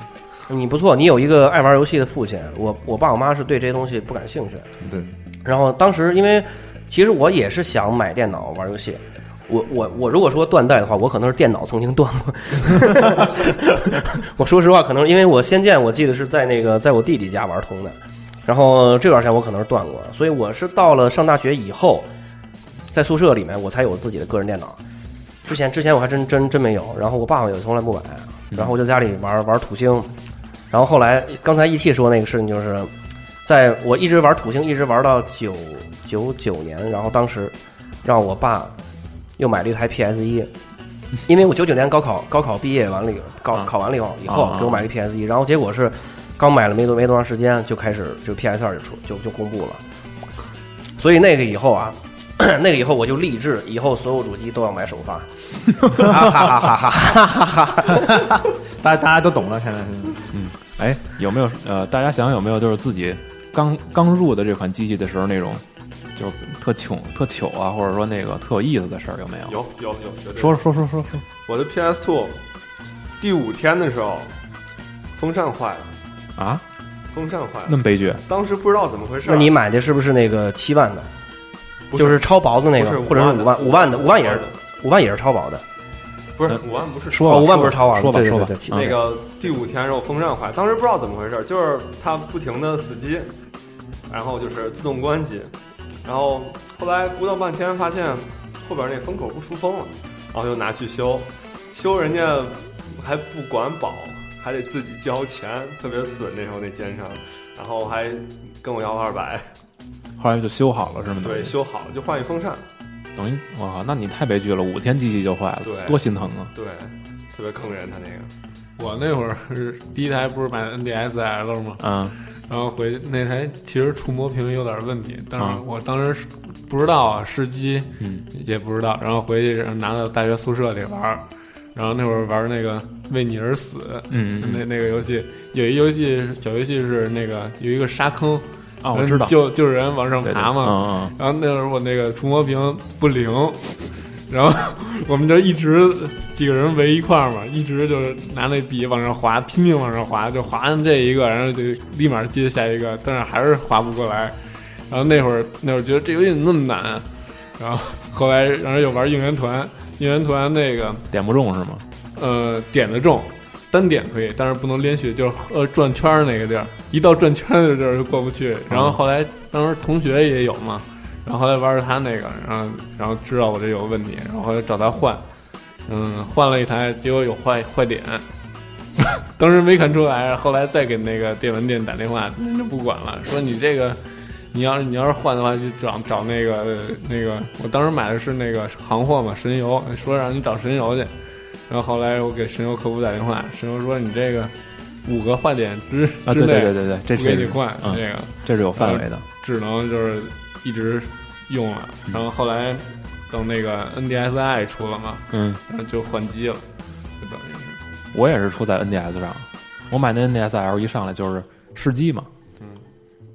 你不错，你有一个爱玩游戏的父亲。我我爸我妈是对这些东西不感兴趣。对，然后当时因为其实我也是想买电脑玩游戏。我我我如果说断代的话，我可能是电脑曾经断过。 [laughs] 我说实话，可能因为我《仙剑》，我记得是在那个在我弟弟家玩通的，然后这段时间我可能是断过，所以我是到了上大学以后，在宿舍里面我才有自己的个人电脑。之前之前我还真真真没有，然后我爸爸也从来不买，然后我就家里玩玩土星，然后后来刚才 ET 说那个事情就是，在我一直玩土星，一直玩到九九九年，然后当时让我爸又买了一台 PS 一，因为我九九年高考高考毕业完了以后，高啊考完了以后以后啊给我买了一 PS 一，然后结果是刚买了没多没多长时间就开始就 PS 二就出就就公布了，所以那个以后啊。 [coughs] 那个以后我就立志，以后所有主机都要买首发， [laughs] 啊哈哈哈哈哈哈！大家大家都懂了，现在是。哎，有没有呃，大家想想有没有就是自己刚刚入的这款机器的时候那种，就是特穷、特糗啊，或者说那个特有意思的事儿有没有？有有有，绝对说说说说说，我的 PS Two 第五天的时候，风扇坏了，啊，风扇坏那了，么悲剧，当时不知道怎么回事儿。那你买的是不是那个七万的？不就是超薄的那不个，是或者是五万，五万的，五万也是的，五万也是超薄的。不是呃五万不是说吧，哦五说万吧不是超啊说吧对对说吧对对，嗯那个第五天，然后风扇坏，当时不知道怎么回事，就是它不停的死机，然后就是自动关机，然后后来鼓捣半天，发现后边那风口不出风了，然后又拿去修，修人家还不管保，还得自己交钱，特别损那时候那奸商，然后还跟我要二百，后来就修好了是吗？对，修好就换一风扇，等于我靠，那你太悲剧了，五天机器就坏了，对多心疼啊！对，特别坑人，他那个我那会儿是第一台不是买 NDSL 吗？嗯，然后回那台其实触摸屏有点问题，但啊是我当时是不知道啊，试机嗯也不知道，然后回去拿到大学宿舍里玩儿，然后那会儿玩那个为你而死，嗯嗯那那个游戏有一游戏小游戏是那个有一个沙坑，啊，我知道，就就是人往上对对爬嘛，嗯嗯然后那会儿我那个触摸屏不灵，然后我们就一直几个人围一块儿嘛，一直就是拿那笔往上划，拼命往上划，就划完这一个，然后就立马接下一个，但是还是划不过来。然后那会儿那会儿觉得这游戏怎么那么难啊，然后后来然后又玩应援团，应援团那个嗯，点不中是吗？呃点得中。单点可以，但是不能连续，就是呃转圈儿那个地儿，一到转圈儿的地儿就过不去。然后后来当时同学也有嘛，然后后来玩儿他那个，然后然后知道我这有问题，然后后来找他换，嗯，换了一台，结果有坏坏点，当时没看出来，后来再给那个电玩店打电话，人家不管了，说你这个。你要是你要是换的话，就找找那个呃那个，我当时买的是那个行货嘛，神游，说让你找神游去，然后后来我给神游客服打电话，神游说你这个五个坏点之啊，对之对对内对对，这不给你这换，嗯这个这是有范围的，只能就是一直用了，嗯然后后来等那个 NDSI 出了嘛，嗯，然后就换机了，就等于是我也是出在 NDS 上，我买那 NDSL 一上来就是试机嘛，嗯，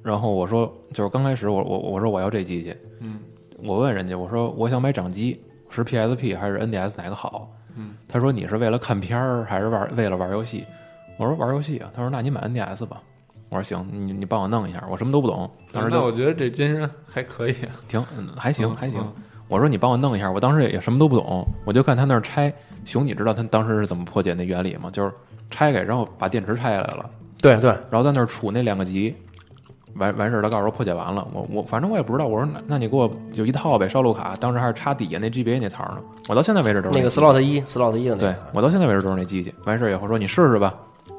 然后我说就是刚开始我我我说我要这机器，嗯，我问人家我说我想买掌机是 PSP 还是 NDS 哪个好，嗯，他说你是为了看片儿还是玩为了玩游戏，我说玩游戏啊，他说那你买 NDS 吧，我说行，你你帮我弄一下，我什么都不懂，当时那我就觉得这真是还可以啊，挺嗯还行还行，嗯我说你帮我弄一下，我当时也也什么都不懂，我就看他那儿拆。熊，你知道他当时是怎么破解那原理吗？就是拆开，然后把电池拆下来了，对对，然后在那儿杵那两个级，完完事儿，他告诉我破解完了。我我反正我也不知道，我说那那你给我有一套呗，烧录卡，当时还是插底下那 GBA 那槽呢。我到现在为止都是那个机器 slot 一 slot 一的那对个，我到现在为止都是那机器。完事儿以后说你试试吧，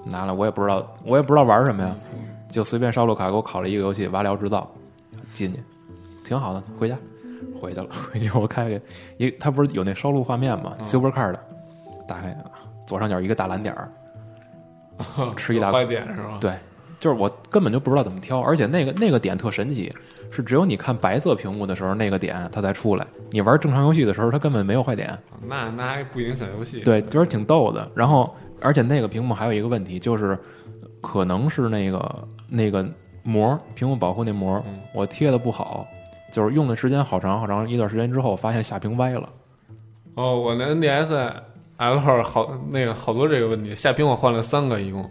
拿来我也不知道，我也不知道玩什么呀，嗯就随便烧录卡给我拷了一个游戏《瓦辽制造》，进去，挺好的，回家回去了，回去我开开，一它不是有那烧录画面嗯吗？Super Card，打开左上角一个大蓝点儿，吃一大有坏点嗯是吧？对，就是我根本就不知道怎么挑，而且那个那个点特神奇，是只有你看白色屏幕的时候那个点它才出来，你玩正常游戏的时候它根本没有坏点。那那还不影响游戏，对，就是挺逗的。然后，而且那个屏幕还有一个问题，就是可能是那个那个膜，屏幕保护那膜，嗯我贴的不好，就是用的时间好长好长一段时间之后，发现下屏歪了。哦，我那 NDS L 号好那个好多这个问题，下屏我换了三个，一共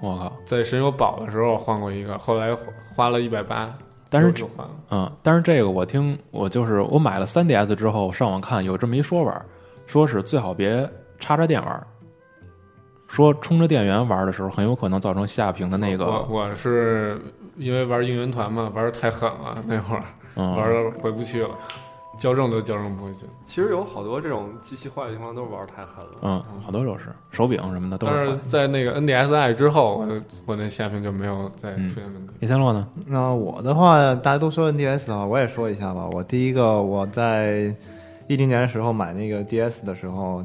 我靠！在神游堡的时候换过一个，后来花了一百八，但是又换了，嗯，但是这个我听我就是我买了 3DS 之后上网看有这么一说法儿，说是最好别插着电玩儿，说充着电源玩儿的时候很有可能造成下屏的那我个，我是因为玩应援团嘛，玩的太狠了，那会儿嗯，玩的回不去了，矫正都矫正不回去。其实有好多这种机器坏的情况都是玩儿太狠了。嗯，好多都是手柄什么的都但是是坏。在那个 NDSI 之后，我我那下屏就没有再嗯出现问题。叶三洛嗯呢？那我的话，大家都说 NDS 啊，我也说一下吧。我第一个，我在一零年的时候买那个 DS 的时候，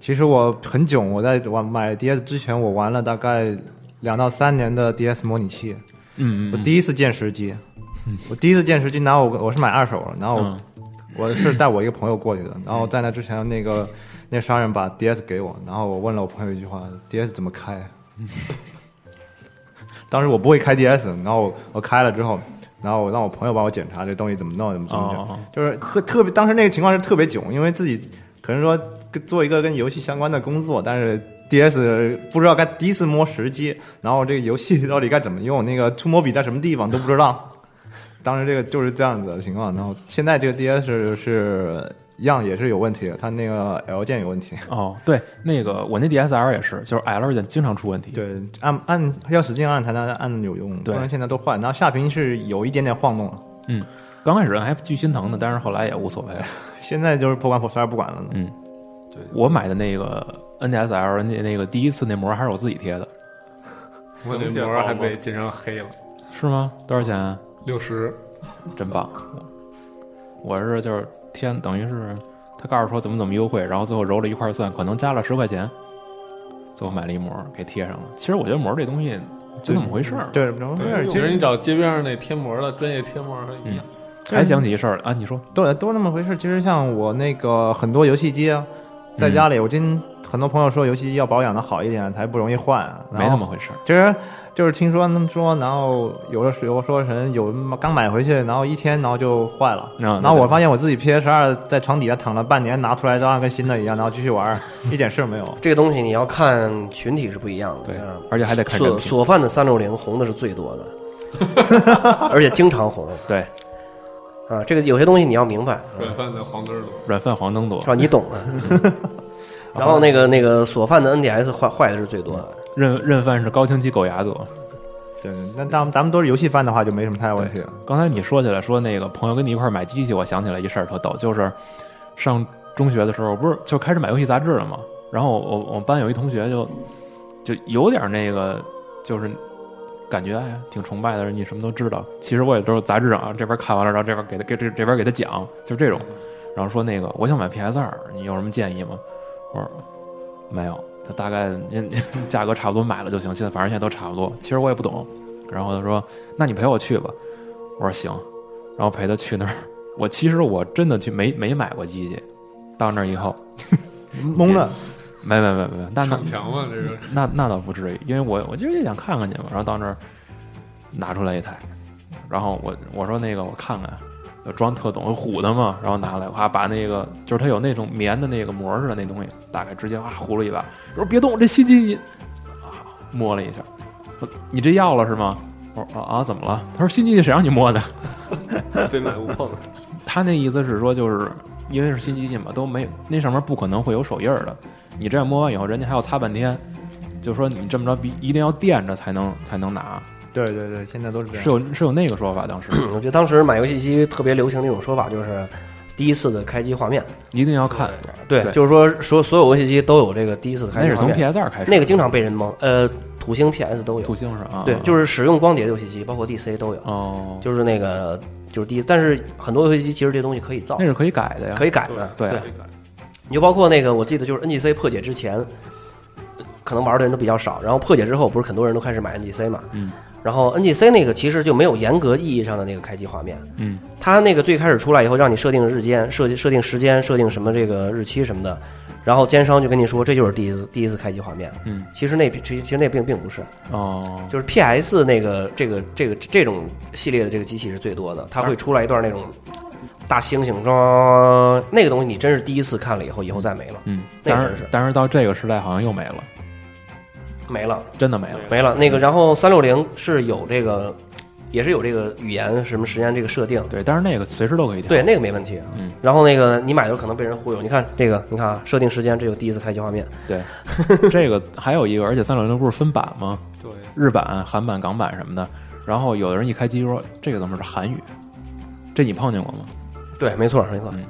其实我很囧。我在玩买 DS 之前，我玩了大概两到三年的 DS 模拟器。嗯我第一次见实机，我第一次见实机，然后我我是买二手了，然后我,、嗯我是带我一个朋友过去的，然后在那之前，那个那商人把 DS 给我，然后我问了我朋友一句话：“DS 怎么开？” [laughs] 当时我不会开 DS，然后我我开了之后，然后我让我朋友帮我检查这东西怎么弄，怎么怎么弄，哦就是特特别当时那个情况是特别囧，因为自己可能说跟做一个跟游戏相关的工作，但是 DS 不知道该第一次摸实机，然后这个游戏到底该怎么用，那个触摸笔在什么地方都不知道。当时这个就是这样子的情况，然后现在这个 DS 是是一样也是有问题的，它那个 L 键有问题。哦，对，那个我那 DSL 也是，就是 L 键经常出问题。， [laughs] 对，按按要使劲按才能按有用，不对然现在都坏。然后下屏是有一点点晃动了，嗯，刚开始还巨心疼的，但是后来也无所谓了。现在就是破罐破摔不管了呢。我买的那个 NDSL 那那个第一次那膜还是我自己贴的，我那膜还被经常黑了，是吗？多少钱啊？六十，真棒！我是就是天，等于是他告诉说怎么怎么优惠，然后最后揉了一块算，可能加了十块钱，最后买了一膜给贴上了。其实我觉得膜这东西就那么回事儿。对，然后对，其实你嗯找街边上那贴膜的专业贴膜一样，还想起一事儿啊，你说都都那么回事。其实像我那个很多游戏机啊，在家里，我跟很多朋友说，游戏机要保养的好一点才不容易换啊。然没后那么回事儿。其实就是听说那么说，然后有的时候说人有刚买回去，然后一天然后就坏了。啊然后我发现我自己 PS 二在床底下躺了半年，拿出来照样跟新的一样，然后继续玩，一点事儿没有。这个东西你要看群体是不一样的，对嗯而且还得看人索品索范的三六零红的是最 [laughs] 多的，而且经常红对啊。这个有些东西你要明白，软饭的黄根儿多。软饭黄灯多是，吧？[laughs] 你懂的。然后那个那个索范的 NDS 坏坏的是最多的，认认饭是高清级狗牙多。对，那当咱们都是游戏番的话，就没什么太大问题了。刚才你说起来说那个朋友跟你一块儿买机器，我想起来一事儿特逗，就是上中学的时候，不是就开始买游戏杂志了吗？然后我我们班有一同学就 [laughs] 就有点那个，就是感觉哎呀挺崇拜的，人家什么都知道。其实我也都是杂志上啊这边看完了，然后这边给他给这这边给他讲，就是这种。然后说那个我想买 PS 二，你有什么建议吗？我说没有，他大概人价格 [laughs] 差不多买了就行。现在反正现在都差不多，其实我也不懂。然后他说那你陪我去吧，我说行，然后陪他去那儿。 [laughs] 我其实我真的去没没买过机器，到那儿以后，懵了，没没没没，那那 [laughs] 逞强嘛，这个那那倒不至于，因为我我就是也想看看去嘛。然后到那儿拿出来一台，然后我我说那个我看看，就装特懂，唬他嘛。然后拿来，哗把那个就是它有那种棉的那个膜似的那东西，打开直接哗呼噜一把，我说别动，这新机啊摸了一下，我说你这要了是吗？我说啊啊怎么了？他说新机器谁让你摸的？嗯非买勿碰。他那意思是说，就是因为是新机器嘛，都没有那上面不可能会有手印儿的。你这样摸完以后，人家还要擦半天，就说你这么着必一定要垫着才能才能拿，对对对，现在都是这是样。有是有那个说法。 [clears throat] 当时我觉得当时买游戏机特别流行的一种说法就是。第一次的开机画面，一定要看，对，对就是说，说所有游戏机都有这个第一次的那开机是画从面。 PS 二开始，那个经常被人蒙，呃，土星 PS 都有土，星是啊，对啊，就是使用光碟的游戏机，包括 DC 都有，哦，就是那个就是第一，但是很多游戏机其实这东西可以造那，是可以改的呀，可以以改的，对对，你就包括那个，我记得就是 NGC 破解之前，可能玩的人都比较少，然后破解之后，不是很多人都开始买 NGC 嘛，嗯，然后 NGC 那个其实就没有严格意义上的那个开机画面，嗯，它那个最开始出来以后，让你设定日间、设计设定时间、设定什么这个日期什么的，然后奸商就跟你说这就是第一次第一次开机画面，嗯，其实那其实其实那并并不是，哦，就是 PS 那个这个这个这种系列的这个机器是最多的，它会出来一段那种大猩猩装那个东西，你真是第一次看了以后，以后再没了，嗯，那但真是但是到这个时代好像又没了，没了，真的没了，没了。那个然后三六零是有这个，也是有这个语言什么时间这个设定，对，但是那个随时都可以调，对，那个没问题。啊嗯，然后那个你买的时候可能被人忽悠，你看这个，你看啊，设定时间，这有第一次开机画面，对，这个还有一个，而且三六零不是分版吗？对，日版、韩版、港版什么的。然后有的人一开机说这个怎么是韩语？这你碰见过吗？对，没错，没错，嗯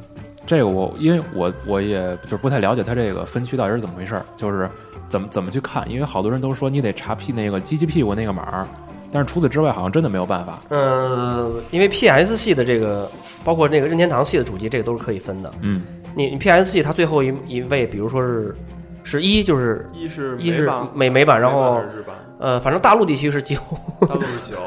这个我因为我我也就是不太了解它这个分区到底是怎么回事儿，就是怎么怎么去看，因为好多人都说你得查屁那个机器屁股那个码儿，但是除此之外好像真的没有办法。嗯，因为 PS 系的这个，包括那个任天堂系的主机，这个都是可以分的。嗯，你你 PS 系它最后一一位，比如说是是一就是一是 [laughs] 一是版美美版，然后日版，呃，反正大陆地区是几乎 [laughs] 大陆是九，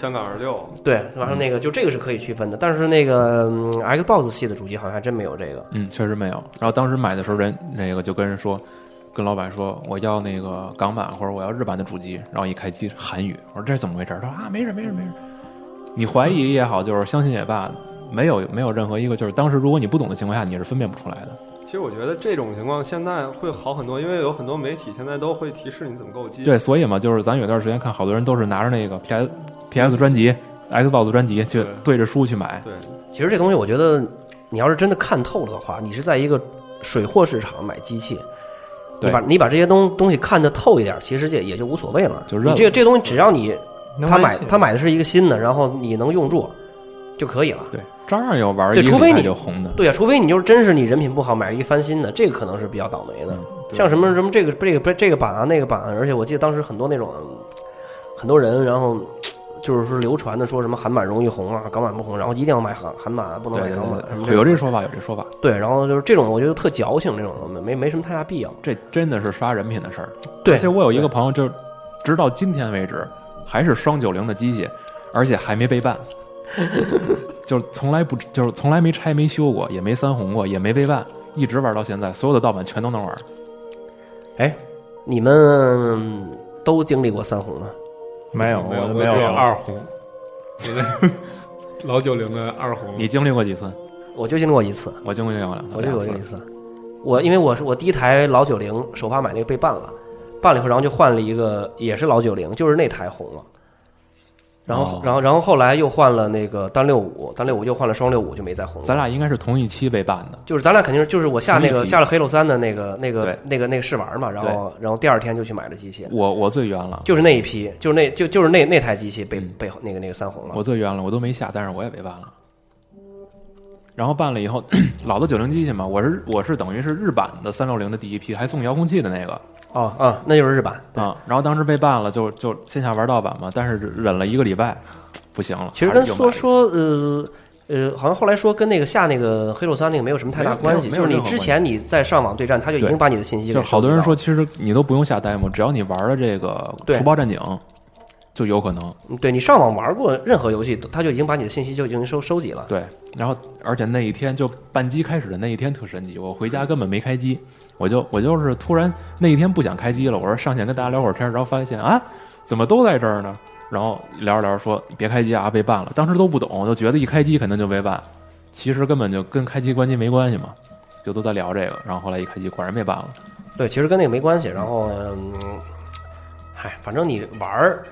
香港是六，对，完了那个就这个是可以区分的，但是那个、嗯 Xbox 系的主机好像还真没有这个。嗯，确实没有。然后当时买的时候人，那个就跟人说，跟老板说我要那个港版或者我要日版的主机，然后一开机韩语，我说这是怎么回事？他说啊，没事没事没事。你怀疑也好，就是相信也罢，没有没有任何一个就是当时如果你不懂的情况下，你是分辨不出来的。其实我觉得这种情况现在会好很多，因为有很多媒体现在都会提示你怎么购机。对，所以嘛，就是咱有段时间看好多人都是拿着那个 P S P S 专辑、Xbox 专辑去对对着书去买，对，其实这东西我觉得，你要是真的看透了的话，你是在一个水货市场买机器，你对把你把这些东东西看得透一点，其实也也就无所谓了。就认了你这个这东西，只要你能他玩买起他买的是一个新的，然后你能用住就可以了。对，照样有玩儿对一个除非礼拜你就红的。对啊，除非你就是真是你人品不好，买了一翻新的，这个可能是比较倒霉嗯的。像什么什么这个这个这个版啊那个版啊，而且我记得当时很多那种很多人，然后就是说流传的说什么韩版容易红啊，港版不红，然后一定要买韩韩版，啊不能买对，港版什么有这说法，有这说法，对，然后就是这种我觉得特矫情，这种没没没什么太大必要。这真的是刷人品的事儿。对而且我有一个朋友，就直到今天为止还是双九零的机器，而且还没被 [laughs] 办，就是从来不就是从来没拆没修过，也没三红过，也没被办，一直玩到现在，所有的盗版全都能玩。哎，你们都经历过三红吗？没有，没我我没只有有二红，我那 [laughs] 老九零的二红，你经历过几次？我就经历过一次，我经历过两我就两哎有次这一。次。我因为我是我第一台老九零首发买那个被办了，办了以后，然后就换了一个也是老九零，就是那台红了。然后，哦然后，然后后来又换了那个单六五，单六五又换了双六五，就没再红了。咱俩应该是同一期被办的，就是咱俩肯定是就是我下那同一个批下了黑lộ三的那个那对个那个那个试玩嘛，然后然后第二天就去买了机器，我我最冤了，就是那一批，就是那就就是那那台机器被嗯被那个那个三红了。我最冤了，我都没下，但是我也被办了。然后办了以后， [clears throat] 老的九零机器嘛，我是我是等于是日版的三六零的第一批，还送遥控器的那个，哦，嗯，那就是日版。对啊、然后当时被办了，就就线下玩盗版嘛，但是忍了一个礼拜，不行了。其实还是跟又买说了说呃呃，好像后来说跟那个下那个黑lộ三那个没有什么太大关系，没有就是没有你之前你在上网对战，他就已对经把你的信息就给是好多人收说，集其实你都不用下 demo，只要你玩了这个对《除暴战警》，就有可能。到了，对你上网玩过任何游戏，他就已经把你的信息就已经收收集了。对，然后而且那一天就办机开始的那一天特神奇，我回家根本没开机，我就我就是突然那一天不想开机了，我说上线跟大家聊会儿天儿，然后发现啊，怎么都在这儿呢？然后聊着聊着说别开机啊，被办了。当时都不懂，就觉得一开机肯定就被办，其实根本就跟开机关机没关系嘛，就都在聊这个。然后后来一开机，果然被办了。对，其实跟那个没关系。然后，嗯，嗨，反正你玩儿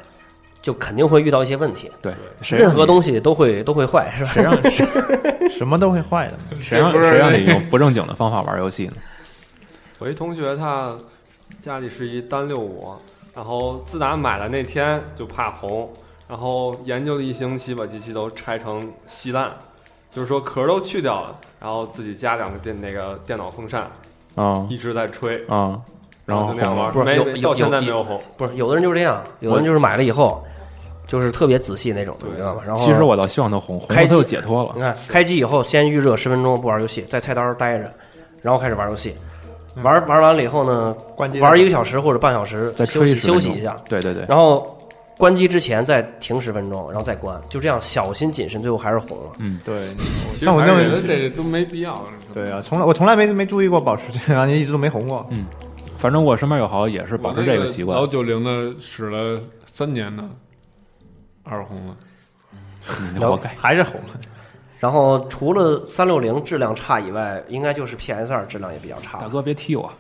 就肯定会遇到一些问题，对，谁任让何你东西都会都会坏，是吧？谁 [laughs] 让谁什么都会坏的。谁让这不是谁让你用不正经的方法玩游戏呢？我一同学他家里是一单六五，然后自打买了那天就怕红，然后研究了一星期把机器都拆成稀烂，就是说壳儿都去掉了，然后自己加两个电那个电脑风扇啊一直在吹，啊，然后就那样红了玩，不是没有没有到现在有没有红。不是，有的人就是这样，有的人就是买了以后就是特别仔细那种，对你知道吧？然后其实我倒希望它红，红了它开机就解脱了你。看，开机以后先预热十分钟，不玩游戏，在菜单儿待着，然后开始玩游戏。嗯玩玩完了以后呢，关机玩一个小时或者半小时，再休吹息10分休息钟一下，对对对，然后关机之前再停十分钟，然后再关，就这样小心谨慎，最后还是红了。对，其实像我还是那么觉得这都没必要。对啊，从来我从来没没注意过保持这样，一直都没红过。反正我身边有好友也是我保那持这个习惯老。九零的使了三年呢，二红了。你活该。还是红，然后除了三六零质量差以外，应该就是 PS 二质量也比较差大。哥别踢我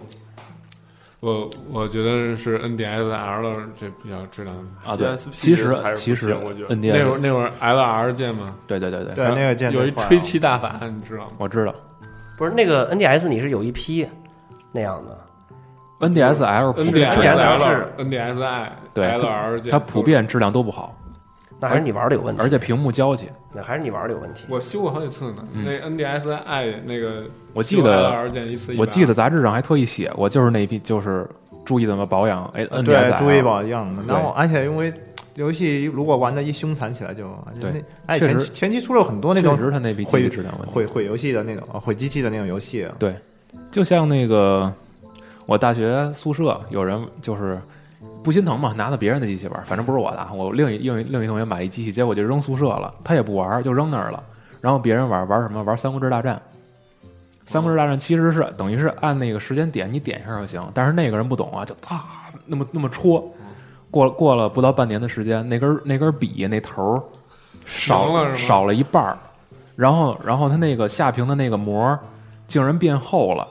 我我觉得是 NDSL 这比较质量。啊！对， PSP 其实还是不其实行我觉得 N D 那会儿 S 那会儿 LR 键嘛，对对对对，对那个键有一最坏啊吹气大法，你知道吗？我知道不是那个 NDS，你是有一批那样的， N D S L 普遍 NDSL 质量 NDSL 是 NDSI 对 LR 键，它普。遍质量都不好，那还是你玩的有问题，而且屏幕娇气。那还是你玩的有问题。 [coughs] 我修过好几次呢，嗯那 NDSI 那个我记得 LR 键一次，我记得杂志上还特意写过，就是那一批就是注意怎么保养。哎，N D 对 S，L 注意保养的。对然后而且因为游戏如果玩的一凶残起来就，对那哎确前实期前期出了很多那种确实它那批机器会质量问题。毁毁游戏的那种，啊毁机器的那种游戏。啊对，就像那个我大学宿舍有人就是不心疼嘛，拿着别人的机器玩，反正不是我的啊，我另一另一另一同学买一机器，结果就扔宿舍了，他也不玩，就扔那儿了。然后别人玩玩什么？玩《三国志大战》。《三国志大战》其实是等于是按那个时间点你点一下就行，但是那个人不懂啊，就啪、那么那么戳。过了过了不到半年的时间，那根那根笔那头儿少行了是吗少了一半儿，然后然后他那个下屏的那个膜儿竟然变厚了，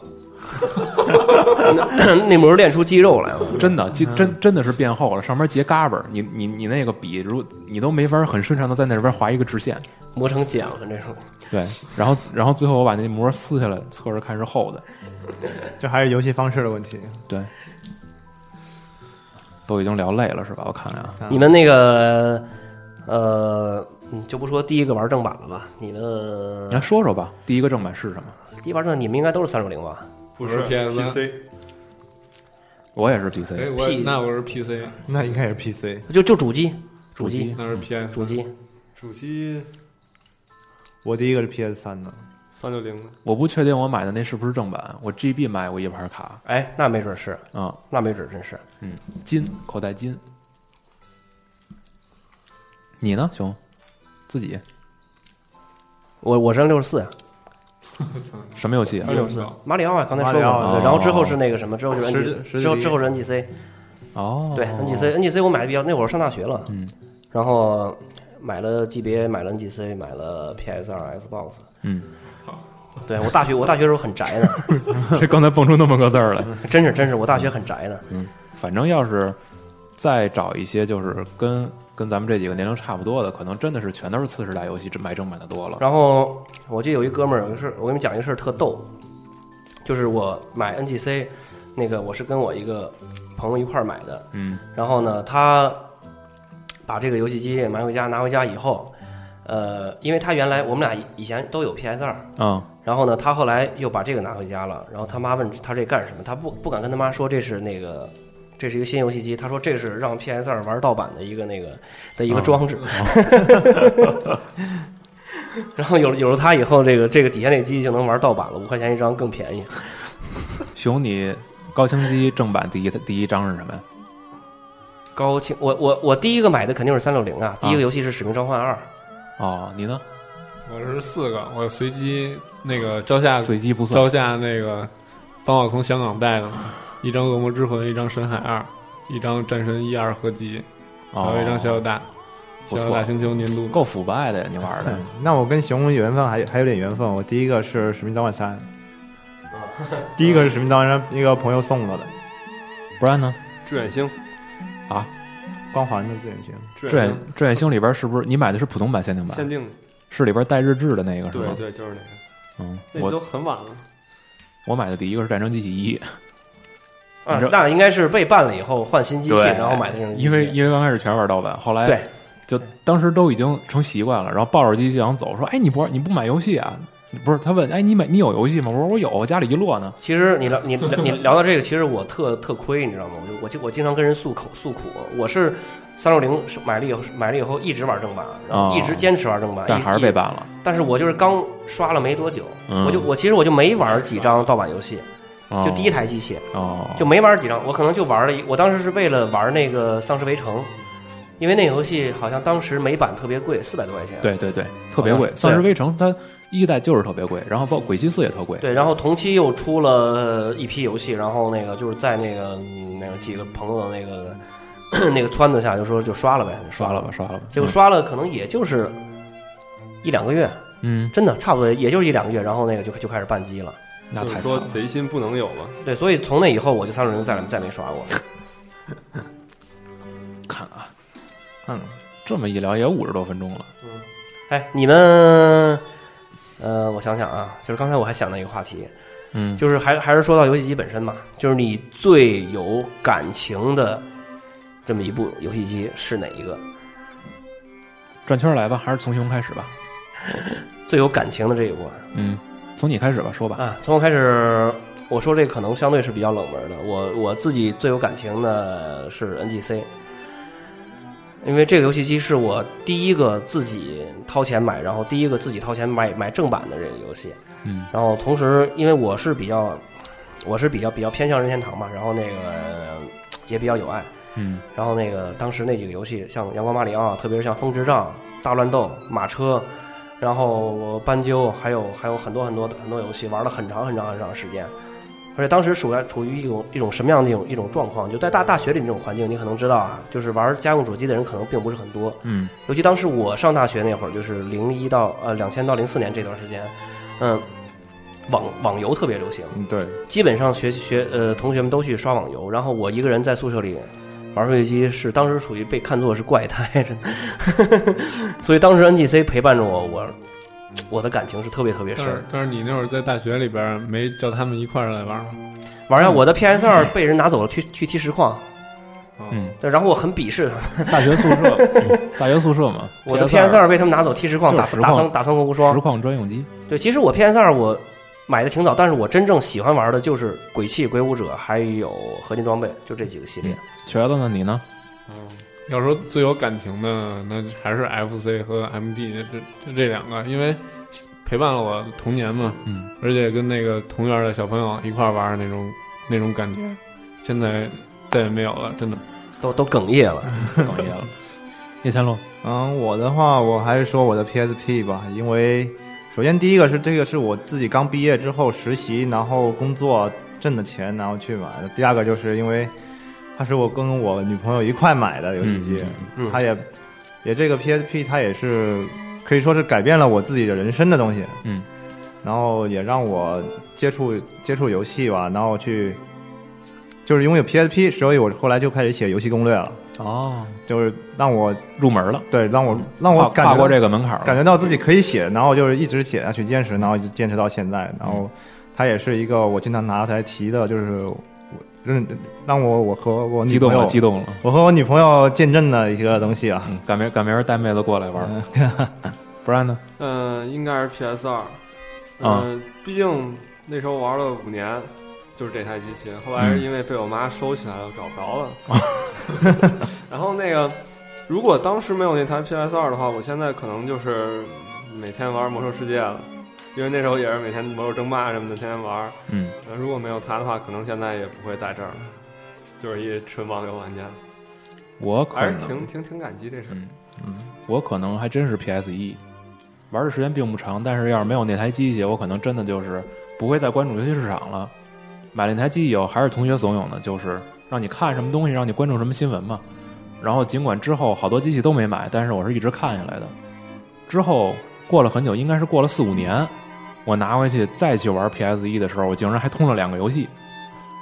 那 [coughs] 膜练出肌肉来了，真的，就真真的是变厚了，上面结嘎巴儿，你你你那个笔如你都没法很顺畅的在那边划一个直线，磨成茧了这种。对，然后然后最后我把那膜撕下来，侧着看是厚的，这还是游戏方式的问题。对，都已经聊累了是吧？我看啊，你们那个呃，嗯就不说第一个玩正版了吧，你们来说说吧，第一个正版是什么？第一玩正版你们应该都是三六零吧？不我是是 PS3 PC，我也是哎， PC，我 P 那我是 PC，那应该也是 PC，就就主机，主机，嗯那是 PS 主机，主机我第一个是 PS 三的，三六零的，我不确定我买的那是不是正版，我 GB 买过一盘卡，哎，那没准是，嗯那没准真是。嗯，金口袋金。你呢，熊？自己我我是六十四呀，我操，什么游戏啊？六十四，马里奥啊，刚才说马里奥过，对哦然后之后是那个什么，之后就是十 N 十 G，字之后敌之后是 N G C，哦，对 N G C N G C 我买的比较，那会儿上大学了，嗯，然后买了 G B A，买了 N G C，买了 P S 二 Xbox，嗯，对我大学我大学时候很宅呢， [laughs] 这刚才蹦出那么个字儿来。 [laughs] 真是真是我大学很宅呢，反正要是再找一些就是跟跟咱们这几个年龄差不多的，可能真的是全都是次世代游戏，这买正版的多了。然后我记得有一哥们儿有一个事儿，我跟你们讲一个事儿特逗，就是我买 NGC，那个我是跟我一个朋友一块儿买的，嗯然后呢，他把这个游戏机买回家，拿回家以后，呃，因为他原来我们俩以前都有 PS 二，嗯然后呢，他后来又把这个拿回家了，然后他妈问他这干什么，他不不敢跟他妈说这是那个。这是一个新游戏机，他说这是让 PS 二玩盗版的一个那个的一个装置，嗯 [laughs] 然后有了有了它以后，这个这个底下那机就能玩盗版了，五块钱一张更便宜。熊你高清机正版第一第一张是什么呀？高清，我我我第一个买的肯定是三六零啊，第一个游戏是《使命召唤二》，哦，你呢？我是四个，我随机那个招下随机不算招下那个帮我从香港带的嘛，一张恶魔之魂，一张深海二，一张战神一二合集，还哦，有一张小小大，不小错小大嗯星球年度够腐败的呀，你玩的。那我跟熊缘分还还有点缘分。我第一个是《使命召唤三》，啊第一个是《使命召唤三》，一个朋友送我的不然呢？志愿星，光环的自眼睛。志志愿愿星志愿星里边是不是你买的是普通版限定版限？定的，是里边带日志的那个是对吗？对，就是那个，嗯，那我都很晚了，我买的第一个是《战争机器一》，啊你知道，那应该是被办了以后换新机器，对然后买的这种机器。因为因为刚开始全玩盗版，后来嗯对就当时都已经成习惯了，然后抱着机器想走，说：“哎，你不玩你不买游戏啊？”不是，他问：“哎，你买你有游戏吗？”我说：“我有，我家里一摞呢。其实你聊你聊你聊到这个，其实我特特亏，你知道吗？我就我经我经常跟人诉口诉苦，我是三六零买了以后买了以后一直玩正版，然后一直坚持玩正版，哦但一还是被。办了。一但是我就是刚刷了没多久，嗯我就我其实我就没玩几张盗版游戏，哦就第一台机器哦，就没玩几张，我可能就玩了一，我当时是为了玩那个《丧尸围城》，因为那游戏好像当时美版特别贵，四百多块钱。对对对，特别贵。对丧尸围城它一代就是特别贵，然后包括鬼泣四也特贵。对，然后同期又出了呃一批游戏，然后那个就是在那个嗯那个几个朋友的那个那个撺掇下，就说就刷了呗，就刷刷了了吧，吧。刷了吧。结果刷了，可能也就是一两个月，嗯，真的差不多也就是一两个月，然后那个就就开始宕机了。嗯那就是太惨说了。贼心不能有了。对，所以从那以后我就三六零再再没刷过。看啊，嗯，这么一聊也五十多分钟了。哎，你们，呃，我想想啊，就是刚才我还想到一个话题，嗯，就是还还是说到游戏机本身嘛，就是你最有感情的这么一部游戏机是哪一个？转圈来吧，还是从熊开始吧。最有感情的这一部嗯，从你开始吧，说吧。啊，从我开始，我说这可能相对是比较冷门的。我我自己最有感情的是 NGC，因为这个游戏机是我第一个自己掏钱买，然后第一个自己掏钱买买正版的这个游戏。嗯，然后同时，因为我是比较，我是比较比较偏向任天堂嘛，然后那个呃也比较有爱。嗯然后那个当时那几个游戏，像《阳光马里奥》，啊特别是像《风之杖》《大乱斗》《马车》，然后《斑鸠》，还有还有很多很多很多游戏，玩了很长很长很长时间。而且当时处在处于一种一种什么样的一种一种状况？就在大大学里那种环境，你可能知道啊，就是玩家用主机的人可能并不是很多。嗯尤其当时我上大学那会儿，就是零一到呃两千到零四年这段时间，嗯，网网游特别流行，嗯，对，基本上学学呃同学们都去刷网游，然后我一个人在宿舍里玩游戏机是当时属于被看作是怪胎，真的，所以当时 NGC 陪伴着我，我我的感情是特别特别但深是。但是你那会儿在大学里边儿没叫他们一块儿来玩儿吗？玩上我的 PS 二被人拿走了，去去踢实况，嗯，对，然后我很鄙视他们，大学宿舍， [laughs] 嗯大学宿舍嘛。我的 PS 二被他们拿走踢实况，就打是实打况三打三国无双实，况专用机。对，其实我 PS 二我买的挺早，但是我真正喜欢玩的就是嗯鬼泣、鬼武者，还有合金装备，就这几个系列。 [laughs] 瘸子呢？你呢？嗯，要说最有感情的，那还是 FC 和 MD 这这这两个，因为陪伴了我童年嘛，嗯，而且跟那个同院的小朋友一块儿玩儿那种那种感觉，现在再也没有了，真的。都都哽咽了。哽咽了。叶千龙，嗯，我的话，我还是说我的 PSP 吧，因为首先第一个是这个是我自己刚毕业之后实习，然后工作挣的钱，然后去买的。第二个就是因为它是我跟我女朋友一块买的游戏机，嗯它也也这个 PSP 它也是可以说是改变了我自己的人生的东西，嗯，然后也让我接触接触游戏吧，然后去就是因为有 PSP，所以我后来就开始写游戏攻略了，哦，就是让我入门了，对让我让跨我感跨觉过到这个门槛感了。觉到自己可以写，然后就是一直写下去，坚持，然后一直坚持到现在。然后它也是一个我经常拿出来提的，就是我认让我我和我激女动朋了，友，激动了。我和我女朋友见证的一个东西啊。嗯，赶明赶明儿带妹子过来玩儿， [laughs] 不然呢？嗯，应该是 PS 二。啊嗯，毕竟那时候玩了五年，就是这台机器。后嗯来是因为被我妈收起来了，找不着了。啊 [laughs] 然后那个，如果当时没有那台 PS 二的话，我现在可能就是每天玩魔兽世界了，因为那时候也是每天魔兽争霸什么的，天天玩。嗯，呃如果没有它的话，可能现在也不会在这儿了，就是一纯网游玩家，我可还是能挺挺挺感激这事儿。嗯，我可能还真是 PS 一，玩的时间并不长，但是要是没有那台机器，我可能真的就是不会再关注游戏市场了。买了那台机器以后，还是同学怂恿的，就是让你看什么东西，让你关注什么新闻嘛。然后尽管之后好多机器都没买，但是我是一直看下来的。之后过了很久，应该是过了四五年，我拿回去再去玩 PS 一的时候，我竟然还通了两个游戏，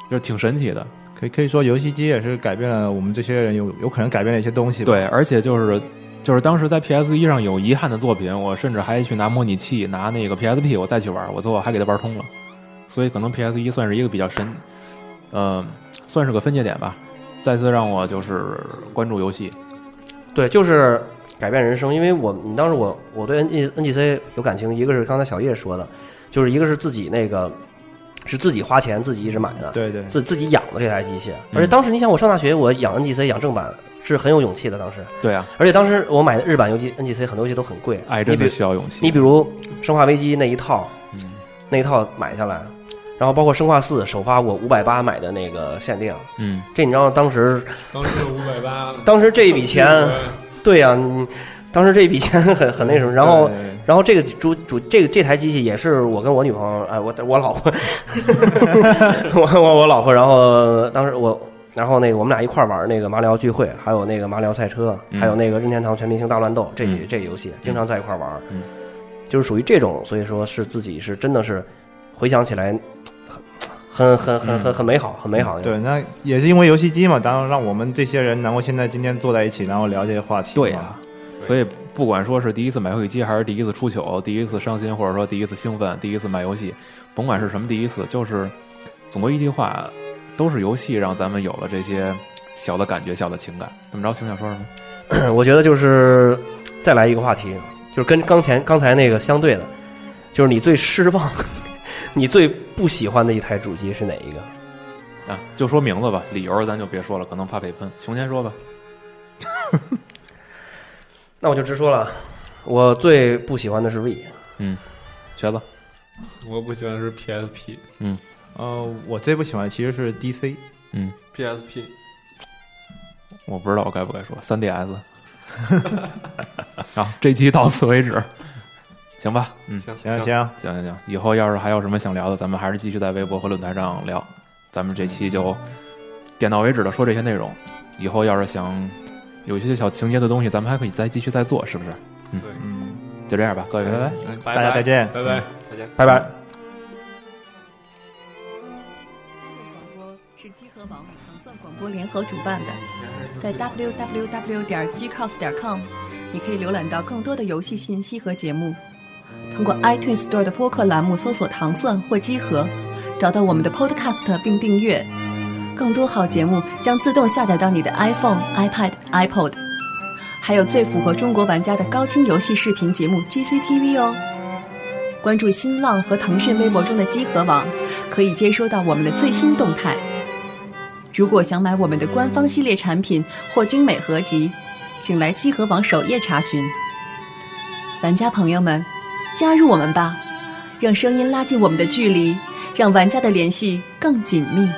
就是挺神奇的。可以可以说，游戏机也是改变了我们这些人有有可能改变了一些东西吧。对，而且就是就是当时在 PS 一上有遗憾的作品，我甚至还去拿模拟器、拿那个 PSP，我再去玩，我最后还给它玩通了。所以可能 PS 一算是一个比较神，呃，算是个分界点吧。再次让我就是关注游戏，对，就是改变人生，因为我你当时我我对 N G N G C 有感情，一个是刚才小叶说的，就是一个是自己那个是自己花钱自己一直买的，对对，自自己养的这台机器，而且当时你想我上大学，我养 N G C 养正版是很有勇气的，当时，对啊，而且当时我买的日版游戏 N G C 很多游戏都很贵，爱你哎真比的需要勇气。你比如《生化危机》那一套，嗯那一套买下来，然后包括《生化四》首发我五百八买的那个限定，嗯，这你知道当时当时五百八，当时这一笔钱，对呀、你当时这一笔钱很很那什么，然后。对然后这个主主这个这台机器也是我跟我女朋友，哎，我我老婆， [laughs] 我我我老婆，然后当时我，然后那个我们俩一块儿玩那个麻聊聚会，还有那个麻聊赛车，嗯还有那个任天堂全明星大乱斗，这嗯这游戏经常在一块儿玩，嗯就是属于这种，所以说是自己是真的是回想起来很很很很很很美好，很美嗯好。对，那也是因为游戏机嘛，然后让我们这些人，然后现在今天坐在一起，然后聊这些话题嘛。对啊。所以不管说是第一次买游戏机，还是第一次出糗，第一次伤心，或者说第一次兴奋，第一次买游戏，甭管是什么第一次，就是总归一句话，都是游戏让咱们有了这些小的感觉、小的情感。怎么着，熊想说什么？嗯我觉得就是再来一个话题，啊就是跟刚前刚才那个相对的，就是你最失望、 [laughs] 你最不喜欢的一台主机是哪一个？啊，就说名字吧，理由咱就别说了，可能怕被喷。熊先说吧，那我就直说了，我最不喜欢的是 V。瘸子，我不喜欢是 PSP，呃，我最不喜欢其实是 DC。 PSP 我不知道我该不该说三 DS。啊，这期到此为止，行吧？嗯，行行啊行，行行行，以后要是还有什么想聊的，咱们还是继续在微博和论坛上聊。咱们这期就点到为止了，说这些内容。以后要是想有一些小情节的东西，咱们还可以再继续再做，是不是？嗯，就这样吧，各位，拜拜。拜大家拜再见。嗯拜拜。再见。拜拜。广播是集合网与糖蒜广播联合主办的，在 www 点 gcos 点 com，你可以浏览到更多的游戏信息和节目。通过 iTunes Store 的播客栏目搜索“糖蒜”或“集合”，找到我们的 Podcast 并订阅。更多好节目将自动下载到你的 iPhone、iPad、iPod，还有最符合中国玩家的高清游戏视频节目 GCTV 哦。关注新浪和腾讯微博中的集合网，可以接收到我们的最新动态。如果想买我们的官方系列产品或精美合集，请来集合网首页查询。玩家朋友们，加入我们吧，让声音拉近我们的距离，让玩家的联系更紧密。